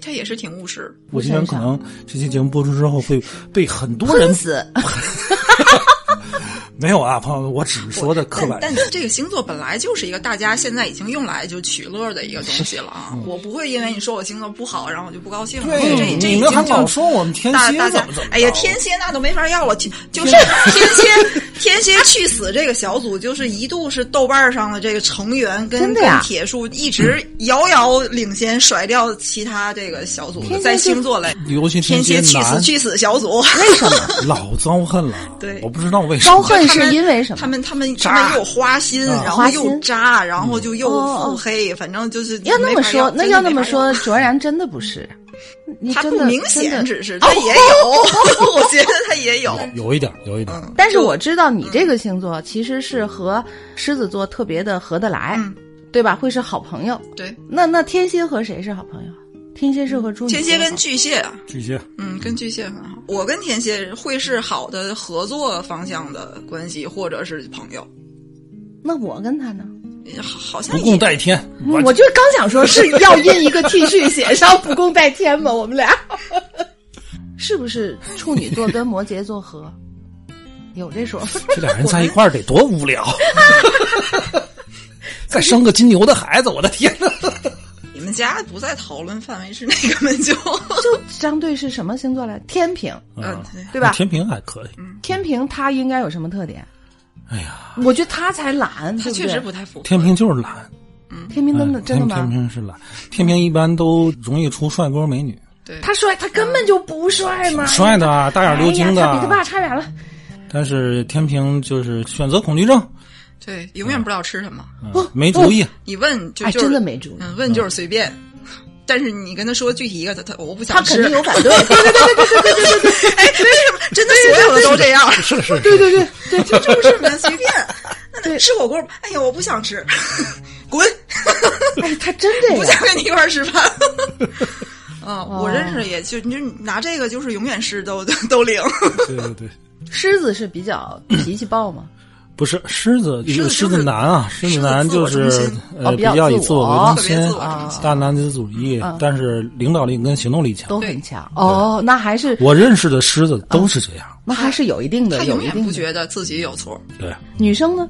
[SPEAKER 3] 他也是挺务实。
[SPEAKER 1] 我今天可能这期节目播出之后会被很多
[SPEAKER 2] 喷
[SPEAKER 1] 人
[SPEAKER 2] 死！
[SPEAKER 1] 没有啊，朋友们，我只是说的刻板
[SPEAKER 3] 但但这个星座本来就是一个大家现在已经用来就取乐的一个东西了啊！我不会因为你说我星座不好，然后我就不高兴了。
[SPEAKER 1] 嗯对
[SPEAKER 3] 这这
[SPEAKER 1] 你
[SPEAKER 3] 已
[SPEAKER 1] 们
[SPEAKER 3] 经
[SPEAKER 1] 还老
[SPEAKER 3] 就
[SPEAKER 1] 说我们天
[SPEAKER 3] 大
[SPEAKER 1] 蝎
[SPEAKER 3] 大
[SPEAKER 1] 怎
[SPEAKER 3] 家
[SPEAKER 1] 么怎么着，
[SPEAKER 3] 哎呀，天蝎那都没法要了，就就是天蝎天蝎去死这个小组，就是一度是豆瓣上的这个成员跟
[SPEAKER 2] 真的
[SPEAKER 3] 跟
[SPEAKER 2] 呀
[SPEAKER 3] 铁树一直遥遥领先，甩掉其他这个小组
[SPEAKER 2] 天
[SPEAKER 3] 的，
[SPEAKER 2] 蝎
[SPEAKER 3] 在
[SPEAKER 2] 就
[SPEAKER 3] 星座类。
[SPEAKER 1] 尤其
[SPEAKER 3] 天
[SPEAKER 1] 蝎
[SPEAKER 3] 蝎去死
[SPEAKER 1] 男
[SPEAKER 3] 去死小组，
[SPEAKER 2] 为什么？
[SPEAKER 1] 老遭恨了。
[SPEAKER 3] 对
[SPEAKER 1] 我不知道为什
[SPEAKER 2] 招
[SPEAKER 1] 么。
[SPEAKER 2] 恨是因为什
[SPEAKER 3] 他
[SPEAKER 2] 么？嗯
[SPEAKER 3] 们他们
[SPEAKER 1] 渣
[SPEAKER 3] 他们又花心，
[SPEAKER 1] 啊
[SPEAKER 3] 然
[SPEAKER 2] 花
[SPEAKER 3] 后
[SPEAKER 2] 心
[SPEAKER 3] 又渣，然后就又
[SPEAKER 2] 哦哦
[SPEAKER 3] 腹黑，反正就是
[SPEAKER 2] 要那
[SPEAKER 3] 没
[SPEAKER 2] 么
[SPEAKER 3] 法
[SPEAKER 2] 说，那
[SPEAKER 3] 真
[SPEAKER 2] 要
[SPEAKER 3] 的
[SPEAKER 2] 那
[SPEAKER 3] 没
[SPEAKER 2] 么
[SPEAKER 3] 法
[SPEAKER 2] 说，卓然真的不 是。你
[SPEAKER 3] 要，他
[SPEAKER 2] 真
[SPEAKER 3] 不
[SPEAKER 2] 的
[SPEAKER 3] 明
[SPEAKER 2] 真
[SPEAKER 3] 显，
[SPEAKER 2] 的哦
[SPEAKER 3] 只是他也有， 我觉得他也有。
[SPEAKER 1] 有一点，有一点，
[SPEAKER 3] 嗯
[SPEAKER 2] 但是我知道你这个星座其实是和狮子座特别的合得来，
[SPEAKER 3] 嗯
[SPEAKER 2] 对吧？会是好朋友。
[SPEAKER 3] 对，
[SPEAKER 2] 那那天蝎和谁是好朋友？啊天蝎适合处女座
[SPEAKER 3] 天
[SPEAKER 2] 吗，
[SPEAKER 3] 蝎跟巨蟹，
[SPEAKER 1] 巨蟹
[SPEAKER 3] 嗯，跟巨蟹很好。我跟天蝎会是好的合作方向的关系，或者是朋友，
[SPEAKER 2] 那我跟他呢？
[SPEAKER 3] 好好像
[SPEAKER 1] 不
[SPEAKER 3] 也
[SPEAKER 1] 共戴天，完
[SPEAKER 2] 我就刚想说是要印一个 T 恤写上“不共戴天”吗？我们俩 是不是处女座跟摩羯座合？有这说法？
[SPEAKER 1] 这俩人在一块儿得多无聊。再生个金牛的孩子，我的天呐！
[SPEAKER 3] 你们家不在讨论范围之内， 根本就，
[SPEAKER 2] 就相对是什么星座来？天平，
[SPEAKER 3] 嗯，
[SPEAKER 2] 对吧？
[SPEAKER 1] 啊天平还可以，
[SPEAKER 2] 天平他应该有什么特点？
[SPEAKER 1] 哎呀，
[SPEAKER 2] 我觉得他才懒，
[SPEAKER 3] 他
[SPEAKER 2] 对不
[SPEAKER 3] 确
[SPEAKER 2] 对
[SPEAKER 3] 实不太符合。
[SPEAKER 1] 天平就是懒，
[SPEAKER 2] 天平真的
[SPEAKER 1] 嗯
[SPEAKER 2] 真
[SPEAKER 1] 天
[SPEAKER 2] 的
[SPEAKER 1] 天
[SPEAKER 2] 吗？
[SPEAKER 1] 平是懒，天平一般都容易出帅哥美女，
[SPEAKER 3] 对，
[SPEAKER 2] 他帅，他根本就不帅嘛！
[SPEAKER 1] 帅的啊，大眼溜睛
[SPEAKER 2] 哎
[SPEAKER 1] 的
[SPEAKER 2] 呀，他比他爸
[SPEAKER 1] 啊。
[SPEAKER 2] 差远了。
[SPEAKER 1] 但是天平就是选择恐惧症，
[SPEAKER 3] 对，永远不知道吃什么。
[SPEAKER 1] 嗯
[SPEAKER 2] 不
[SPEAKER 1] 没主意，
[SPEAKER 3] 你问就
[SPEAKER 2] 哎，
[SPEAKER 3] 就是
[SPEAKER 2] 真的没主意，
[SPEAKER 3] 嗯，问就是随便。 但是你跟他说具体一个，他他我不想
[SPEAKER 2] 他
[SPEAKER 3] 吃。
[SPEAKER 2] 肯定有反对。对对对对对对对对
[SPEAKER 3] 哎，为什么真的所有的都这样？
[SPEAKER 1] 是是
[SPEAKER 2] 对对对对，
[SPEAKER 3] 就 就是嘛，随 便。
[SPEAKER 2] 对
[SPEAKER 3] 吃火锅，哎呀，我不想吃， 滚，
[SPEAKER 2] 哎，他真这
[SPEAKER 3] 不
[SPEAKER 2] 样
[SPEAKER 3] 想。跟你一块儿吃饭。 嗯，我认识的也就你就拿这个就是永远是都 都零。
[SPEAKER 1] 对对对，
[SPEAKER 2] 狮子是比较脾气暴吗？
[SPEAKER 1] 不是狮子，一个
[SPEAKER 3] 狮
[SPEAKER 1] 狮
[SPEAKER 3] 子就是
[SPEAKER 1] 子男啊，狮子男就是
[SPEAKER 3] 狮子自我中
[SPEAKER 2] 哦
[SPEAKER 1] 呃
[SPEAKER 2] 比
[SPEAKER 1] 比
[SPEAKER 2] 较
[SPEAKER 1] 较以
[SPEAKER 2] 自
[SPEAKER 1] 自
[SPEAKER 2] 我
[SPEAKER 1] 我为中
[SPEAKER 3] 特别自我
[SPEAKER 1] 心
[SPEAKER 3] 中心，
[SPEAKER 1] 大男子主义
[SPEAKER 2] 嗯，
[SPEAKER 1] 但是领导力跟行动力强。
[SPEAKER 2] 都很强。哦，那还是
[SPEAKER 1] 我认识的狮子都是这样，
[SPEAKER 2] 那还是有一定
[SPEAKER 3] 他
[SPEAKER 2] 的，有
[SPEAKER 3] 永
[SPEAKER 2] 一
[SPEAKER 3] 远
[SPEAKER 2] 定
[SPEAKER 3] 不
[SPEAKER 2] 的。
[SPEAKER 3] 觉得自己有错。
[SPEAKER 2] 嗯
[SPEAKER 1] 对。
[SPEAKER 2] 女生呢？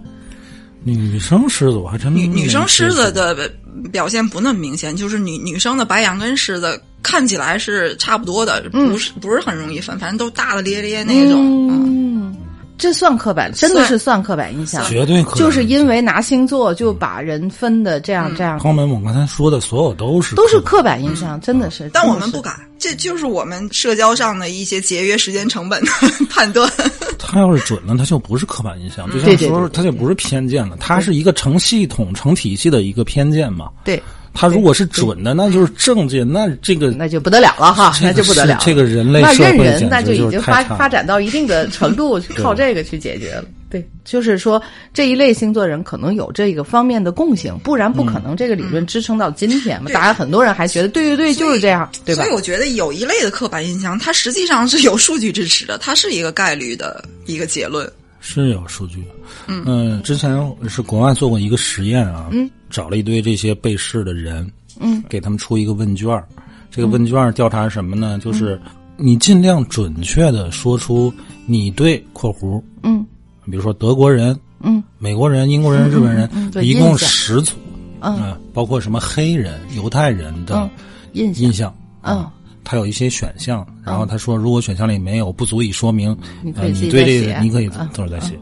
[SPEAKER 1] 女生狮子我还真
[SPEAKER 3] 女
[SPEAKER 1] 没
[SPEAKER 3] 女生狮
[SPEAKER 1] 接触
[SPEAKER 3] 子的表现不那么明显，就是女女生的白羊跟狮子看起来是差不多的，不是不是很容易分，反正都大大咧咧那种。嗯
[SPEAKER 2] 嗯嗯，这算刻板，真的是算刻板印象。
[SPEAKER 1] 绝对可能
[SPEAKER 2] 就是因为拿星座就把人分的这样这样，
[SPEAKER 1] 康门，我刚才说的所有都是
[SPEAKER 2] 都是
[SPEAKER 1] 刻
[SPEAKER 2] 刻板印象，真的是。
[SPEAKER 3] 但我们
[SPEAKER 2] 真的是
[SPEAKER 3] 不敢，这就是我们社交上的一些节约时间成本的判断。
[SPEAKER 1] 板他要是准了，他就不是刻板印象，就
[SPEAKER 2] 嗯
[SPEAKER 1] 像
[SPEAKER 2] 对对
[SPEAKER 1] 说
[SPEAKER 2] 对对
[SPEAKER 1] 他就不是偏见了，他是一个成系统、成体系的一个偏见嘛。
[SPEAKER 2] 对，
[SPEAKER 1] 他如果是准的，那就是正见，那这个
[SPEAKER 2] 那就不得了了哈，
[SPEAKER 1] 这个
[SPEAKER 2] 那就不得了了。
[SPEAKER 1] 是这个人类
[SPEAKER 2] 那
[SPEAKER 1] 社
[SPEAKER 2] 认
[SPEAKER 1] 会
[SPEAKER 2] 人
[SPEAKER 1] 简
[SPEAKER 2] 那
[SPEAKER 1] 直
[SPEAKER 2] 已
[SPEAKER 1] 就
[SPEAKER 2] 经
[SPEAKER 1] 是
[SPEAKER 2] 发
[SPEAKER 1] 太差
[SPEAKER 2] 发
[SPEAKER 1] 了。
[SPEAKER 2] 展到一定的 程度，靠这个去解决了。对，就是说这一类星座人可能有这个方面的共性，不然不
[SPEAKER 1] 嗯
[SPEAKER 2] 可能这个理论支撑到今天嘛。
[SPEAKER 3] 对
[SPEAKER 2] 大家很多人还觉得对对对，就是这样， 对吧
[SPEAKER 3] 所以？我觉得有一类的刻板印象，它实际上是有数据支持的，它是一个概率的一个结论。
[SPEAKER 1] 是有数据的。嗯、之前是国外做过一个实验啊，找了一堆这些被试的人，
[SPEAKER 2] 嗯，
[SPEAKER 1] 给他们出一个问卷儿这个问卷儿调查什么
[SPEAKER 2] 嗯
[SPEAKER 1] 呢？就是你尽量准确的说出你对（括弧
[SPEAKER 2] 嗯），
[SPEAKER 1] 比如说德国人、
[SPEAKER 2] 嗯
[SPEAKER 1] 美国人、英国人、日本人，
[SPEAKER 2] 嗯嗯对
[SPEAKER 1] 一
[SPEAKER 2] 印
[SPEAKER 1] 共
[SPEAKER 2] 象
[SPEAKER 1] 十组，
[SPEAKER 2] 嗯
[SPEAKER 1] 呃包括什么黑人、犹太人
[SPEAKER 2] 嗯
[SPEAKER 1] 的，
[SPEAKER 2] 印象
[SPEAKER 1] 印象，啊
[SPEAKER 2] 嗯
[SPEAKER 1] 他有一些选项，然后他说，如果选项里没有不足以说明，
[SPEAKER 2] 你可
[SPEAKER 1] 呃，
[SPEAKER 2] 以自己
[SPEAKER 1] 你对这
[SPEAKER 2] 再写
[SPEAKER 1] 个你可以
[SPEAKER 2] 嗯
[SPEAKER 1] 自个儿再写。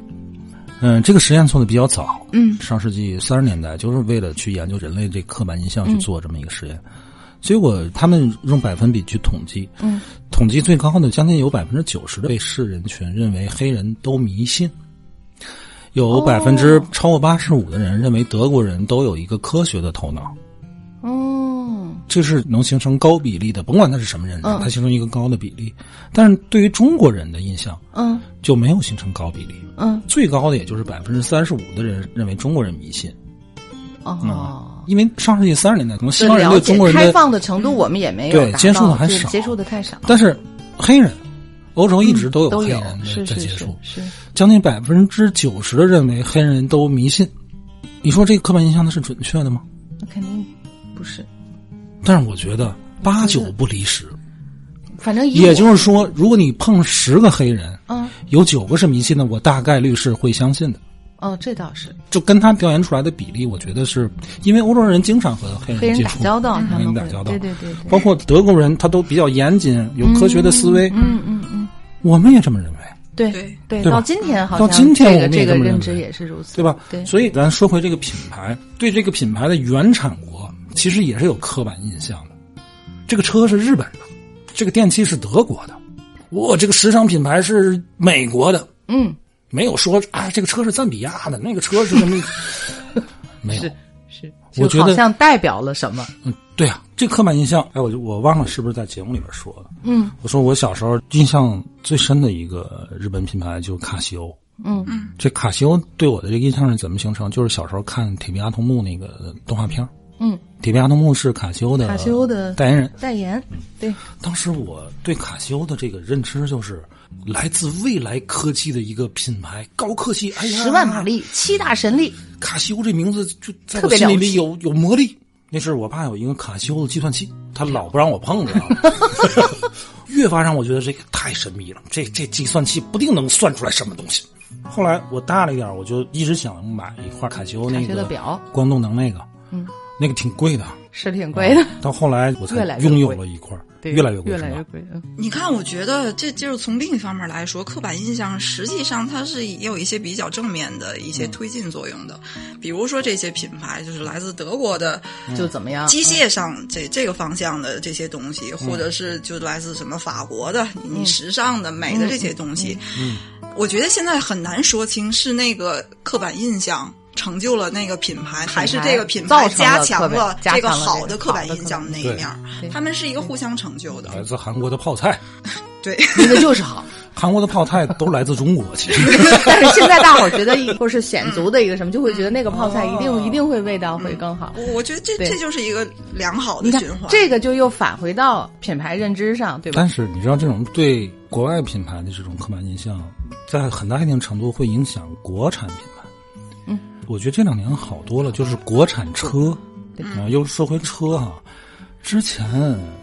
[SPEAKER 1] 嗯，这个实验做的比较早，
[SPEAKER 2] 嗯，
[SPEAKER 1] 上世纪三十年代，就是为了去研究人类这刻板印象去做这么一个实验。结果他们用百分比去统计，
[SPEAKER 2] 嗯，
[SPEAKER 1] 统计最高的将近有百分之九十的被试人群认为黑人都迷信，
[SPEAKER 2] 哦
[SPEAKER 1] 有百分之超过八十五的人认为德国人都有一个科学的头脑。
[SPEAKER 2] 嗯
[SPEAKER 1] 这是能形成高比例的，甭管他是什么人，
[SPEAKER 2] 嗯
[SPEAKER 1] 他形成一个高的比例。但是对于中国人的印象
[SPEAKER 2] 嗯
[SPEAKER 1] 就没有形成高比例，
[SPEAKER 2] 嗯
[SPEAKER 1] 最高的也就是百分之三十五的人认为中国人迷信，
[SPEAKER 2] 哦。
[SPEAKER 1] 因为上世纪三十年代可能嗯西
[SPEAKER 2] 对
[SPEAKER 1] 方人
[SPEAKER 2] 了
[SPEAKER 1] 对
[SPEAKER 2] 解
[SPEAKER 1] 中国人
[SPEAKER 2] 开
[SPEAKER 1] 的，
[SPEAKER 2] 放的程度，我们也没有
[SPEAKER 1] 对
[SPEAKER 2] 达
[SPEAKER 1] 接触
[SPEAKER 2] 到
[SPEAKER 1] 的还
[SPEAKER 2] 就是
[SPEAKER 1] 少
[SPEAKER 2] 接触的太少，
[SPEAKER 1] 但是黑人，欧洲一直都有
[SPEAKER 2] 嗯都
[SPEAKER 1] 黑
[SPEAKER 2] 有
[SPEAKER 1] 人
[SPEAKER 2] 是
[SPEAKER 1] 的在
[SPEAKER 2] 是
[SPEAKER 1] 接
[SPEAKER 2] 是
[SPEAKER 1] 触，
[SPEAKER 2] 是，
[SPEAKER 1] 将近百分之九十的认为黑人都迷信。你说这个刻板印象它是准确的吗？
[SPEAKER 2] 那肯定不是。
[SPEAKER 1] 但是我觉得八九不离十，
[SPEAKER 2] 反正以
[SPEAKER 1] 也
[SPEAKER 2] 我
[SPEAKER 1] 就是说，如果你碰十个黑人，
[SPEAKER 2] 嗯
[SPEAKER 1] 有九个是迷信的，我大概率是会相信的。
[SPEAKER 2] 哦，这倒是
[SPEAKER 1] 就跟他调研出来的比例，我觉得是因为欧洲人经常和黑
[SPEAKER 2] 黑
[SPEAKER 1] 人
[SPEAKER 2] 人
[SPEAKER 1] 接
[SPEAKER 2] 打
[SPEAKER 1] 触，
[SPEAKER 2] 交道，他
[SPEAKER 1] 黑人
[SPEAKER 2] 们会
[SPEAKER 1] 打交道
[SPEAKER 2] 对对对对，
[SPEAKER 1] 包括德国人，他都比较严谨，有科学的思维。
[SPEAKER 2] 嗯嗯嗯，
[SPEAKER 1] 我们也这么认为，
[SPEAKER 2] 对
[SPEAKER 3] 对
[SPEAKER 2] 对，
[SPEAKER 1] 对吧
[SPEAKER 2] 到今天好像
[SPEAKER 1] 到今天
[SPEAKER 2] 这
[SPEAKER 1] 我
[SPEAKER 2] 个
[SPEAKER 1] 们也
[SPEAKER 2] 这个
[SPEAKER 1] 这么
[SPEAKER 2] 认
[SPEAKER 1] 认
[SPEAKER 2] 知
[SPEAKER 1] 为
[SPEAKER 2] 也是如此，
[SPEAKER 1] 对吧？
[SPEAKER 2] 对，
[SPEAKER 1] 所以咱说回这个品牌，对这个品牌的原产国，其实也是有刻板印象的。这个车是日本的，这个电器是德国的，我这个时尚品牌是美国的，
[SPEAKER 2] 嗯
[SPEAKER 1] 没有说啊，这个车是赞比亚的，那个车是什 么？没有，
[SPEAKER 2] 是，
[SPEAKER 1] 我
[SPEAKER 2] 就
[SPEAKER 1] 觉
[SPEAKER 2] 好
[SPEAKER 1] 得
[SPEAKER 2] 像代表了什么，
[SPEAKER 1] 嗯，对啊，这刻板印象，哎，我就我忘了是不是在节目里边说的。
[SPEAKER 2] 嗯
[SPEAKER 1] 我说我小时候印象最深的一个日本品牌就是卡西欧。
[SPEAKER 2] 嗯
[SPEAKER 1] 这卡西欧对我的这个印象是怎么形成？就是小时候看《铁臂阿童木》那个动画片儿
[SPEAKER 2] 嗯，
[SPEAKER 1] 迪比亚诺木是卡西欧的
[SPEAKER 2] 卡西欧的
[SPEAKER 1] 代言人。
[SPEAKER 2] 代言，对，
[SPEAKER 1] 当时我对卡西欧的这个认知就是，来自未来科技的一个品牌，高科技。哎呀，
[SPEAKER 2] 十万马力，七大神力，
[SPEAKER 1] 卡西欧这名字就在我
[SPEAKER 2] 特别
[SPEAKER 1] 心里
[SPEAKER 2] 了不
[SPEAKER 1] 里
[SPEAKER 2] 起
[SPEAKER 1] 有有魔力。那是我爸有一个卡西欧的计算器，他老不让我 碰着啊，越发让我觉得这个太神秘了。这这计算器不定能算出来什么东西。后来我大了一点，我就一直想买一块卡西欧那
[SPEAKER 2] 卡西欧
[SPEAKER 1] 个
[SPEAKER 2] 的表
[SPEAKER 1] 光动能那个，嗯，那个挺贵的，
[SPEAKER 2] 是挺贵的，
[SPEAKER 1] 到后 来我
[SPEAKER 2] 越
[SPEAKER 1] 才
[SPEAKER 2] 来越
[SPEAKER 1] 拥有
[SPEAKER 2] 贵
[SPEAKER 1] 了一块，
[SPEAKER 2] 对，
[SPEAKER 1] 啊越来越贵，
[SPEAKER 2] 越
[SPEAKER 1] 是
[SPEAKER 2] 来
[SPEAKER 1] 吧
[SPEAKER 2] 越贵，嗯
[SPEAKER 3] 你看，我觉得这就是从另一方面来说，刻板印象实际上它是也有一些比较正面的一
[SPEAKER 2] 嗯
[SPEAKER 3] 些推进作用的，比如说这些品牌就是来自德国的
[SPEAKER 1] 嗯
[SPEAKER 2] 就怎么样？
[SPEAKER 3] 机械上这这个方向的这些东西，或
[SPEAKER 2] 嗯
[SPEAKER 3] 者是就来自什么法国的，你你时尚的、美的这些东西，
[SPEAKER 1] 嗯
[SPEAKER 3] 我觉得现在很难说清是那个刻板印象。成就了那个品牌，还是这个品牌
[SPEAKER 2] 造成
[SPEAKER 3] 加
[SPEAKER 2] 了
[SPEAKER 3] 强
[SPEAKER 2] 刻板
[SPEAKER 3] 了
[SPEAKER 2] 加
[SPEAKER 3] 这个
[SPEAKER 2] 强了
[SPEAKER 3] 好
[SPEAKER 2] 这
[SPEAKER 3] 的
[SPEAKER 2] 个
[SPEAKER 3] 刻板
[SPEAKER 2] 好的
[SPEAKER 3] 印
[SPEAKER 2] 刻
[SPEAKER 3] 象
[SPEAKER 2] 板
[SPEAKER 3] 那一
[SPEAKER 1] 对
[SPEAKER 3] 面儿
[SPEAKER 2] 对？
[SPEAKER 3] 他们是一个互相成就的，
[SPEAKER 1] 来自呃韩国的泡菜，
[SPEAKER 3] 对。
[SPEAKER 2] 那个就是好。
[SPEAKER 1] 韩国的泡菜都来自中国，其实
[SPEAKER 2] 但是现在大伙儿觉得 一，或是显族的一个什么，就会觉得那个泡菜一定、
[SPEAKER 1] 哦
[SPEAKER 2] 一定会味道会更好。
[SPEAKER 3] 我我觉得这
[SPEAKER 2] 对
[SPEAKER 3] 这就是一个良好的
[SPEAKER 2] 你看
[SPEAKER 3] 循环。，
[SPEAKER 2] 这个就又返回到品牌认知上，对吧
[SPEAKER 1] 但？是你知道，这种对国外品牌的这种刻板印象，在很大一定程度会影响国产品牌。
[SPEAKER 2] 嗯，
[SPEAKER 1] 我觉得这两年好多了，就是国产车，啊，又说回车哈、之前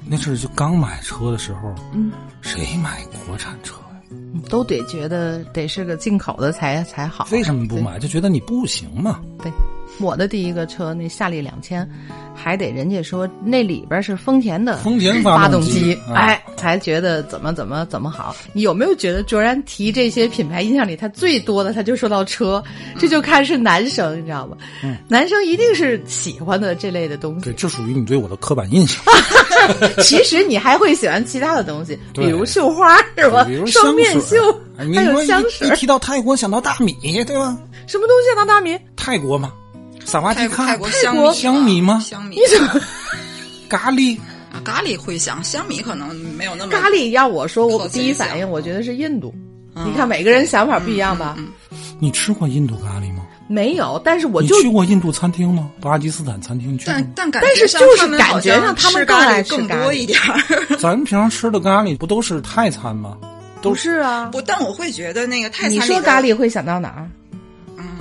[SPEAKER 1] 那阵儿就刚买车的时候，
[SPEAKER 2] 嗯，
[SPEAKER 1] 谁买国产车呀？
[SPEAKER 2] 嗯都得觉得得是个进口的才才好。
[SPEAKER 1] 为什么不买？就觉得你不行嘛。
[SPEAKER 2] 对，我的第一个车那夏利两千，还得人家说那里边是丰田的
[SPEAKER 1] 丰田
[SPEAKER 2] 发
[SPEAKER 1] 动
[SPEAKER 2] 动机，
[SPEAKER 1] 啊
[SPEAKER 2] 哎，才觉得怎么怎么怎么好。你有没有觉得卓然提这些品牌印象里，他最多的他就说到车，这就看是男生，你知道吧？
[SPEAKER 1] 嗯
[SPEAKER 2] 男生一定是喜欢的这类的东西
[SPEAKER 1] 对，。这属于你对我的刻板印 象。
[SPEAKER 2] 其实你还会喜欢其他的东西，
[SPEAKER 1] 对
[SPEAKER 2] 比如绣花是吧
[SPEAKER 1] 比如？香
[SPEAKER 2] 双面
[SPEAKER 1] 水
[SPEAKER 2] 绣
[SPEAKER 1] 儿，哎你
[SPEAKER 2] 还有
[SPEAKER 1] 说一
[SPEAKER 2] 香水
[SPEAKER 1] 一
[SPEAKER 2] 儿，
[SPEAKER 1] 提到泰国，想到大米，对吧？
[SPEAKER 2] 什么东西啊，当大米？
[SPEAKER 1] 泰国嘛，萨瓦迪
[SPEAKER 3] 泰
[SPEAKER 1] 卡，
[SPEAKER 3] 泰国香
[SPEAKER 2] 国
[SPEAKER 3] 米
[SPEAKER 1] 香米吗
[SPEAKER 3] 香米
[SPEAKER 2] 你怎么
[SPEAKER 1] 咖喱，
[SPEAKER 3] 啊咖喱会香，香米可能没有那么
[SPEAKER 2] 咖。喱？要我说，我
[SPEAKER 1] 嗯
[SPEAKER 3] 特色
[SPEAKER 2] 第一
[SPEAKER 3] 一下
[SPEAKER 2] 反应我觉得是印度。
[SPEAKER 3] 嗯
[SPEAKER 2] 你看每个人想法不一样
[SPEAKER 1] 嗯
[SPEAKER 2] 吧？
[SPEAKER 1] 你吃过印度咖喱吗？
[SPEAKER 2] 没有，但是我
[SPEAKER 1] 你
[SPEAKER 2] 就
[SPEAKER 1] 去过印度餐厅吗？巴基斯坦餐厅你去过
[SPEAKER 3] 但
[SPEAKER 1] 吗？
[SPEAKER 3] 但感
[SPEAKER 2] 嗯但
[SPEAKER 3] 觉
[SPEAKER 2] 是
[SPEAKER 3] 上
[SPEAKER 2] 就是
[SPEAKER 3] 他们
[SPEAKER 2] 感
[SPEAKER 3] 好
[SPEAKER 2] 觉
[SPEAKER 3] 像
[SPEAKER 2] 上他们
[SPEAKER 3] 吃
[SPEAKER 2] 更
[SPEAKER 3] 咖
[SPEAKER 2] 爱
[SPEAKER 3] 喱
[SPEAKER 2] 吃
[SPEAKER 3] 更
[SPEAKER 2] 咖
[SPEAKER 3] 多
[SPEAKER 2] 喱
[SPEAKER 3] 一点儿。
[SPEAKER 1] 咱们平常吃的咖喱不都是泰餐吗？
[SPEAKER 2] 不是啊。
[SPEAKER 3] 不，但我会觉得那个泰餐
[SPEAKER 2] 你
[SPEAKER 3] 里
[SPEAKER 2] 说
[SPEAKER 3] 的
[SPEAKER 2] 咖，喱会想到哪儿？
[SPEAKER 3] 嗯，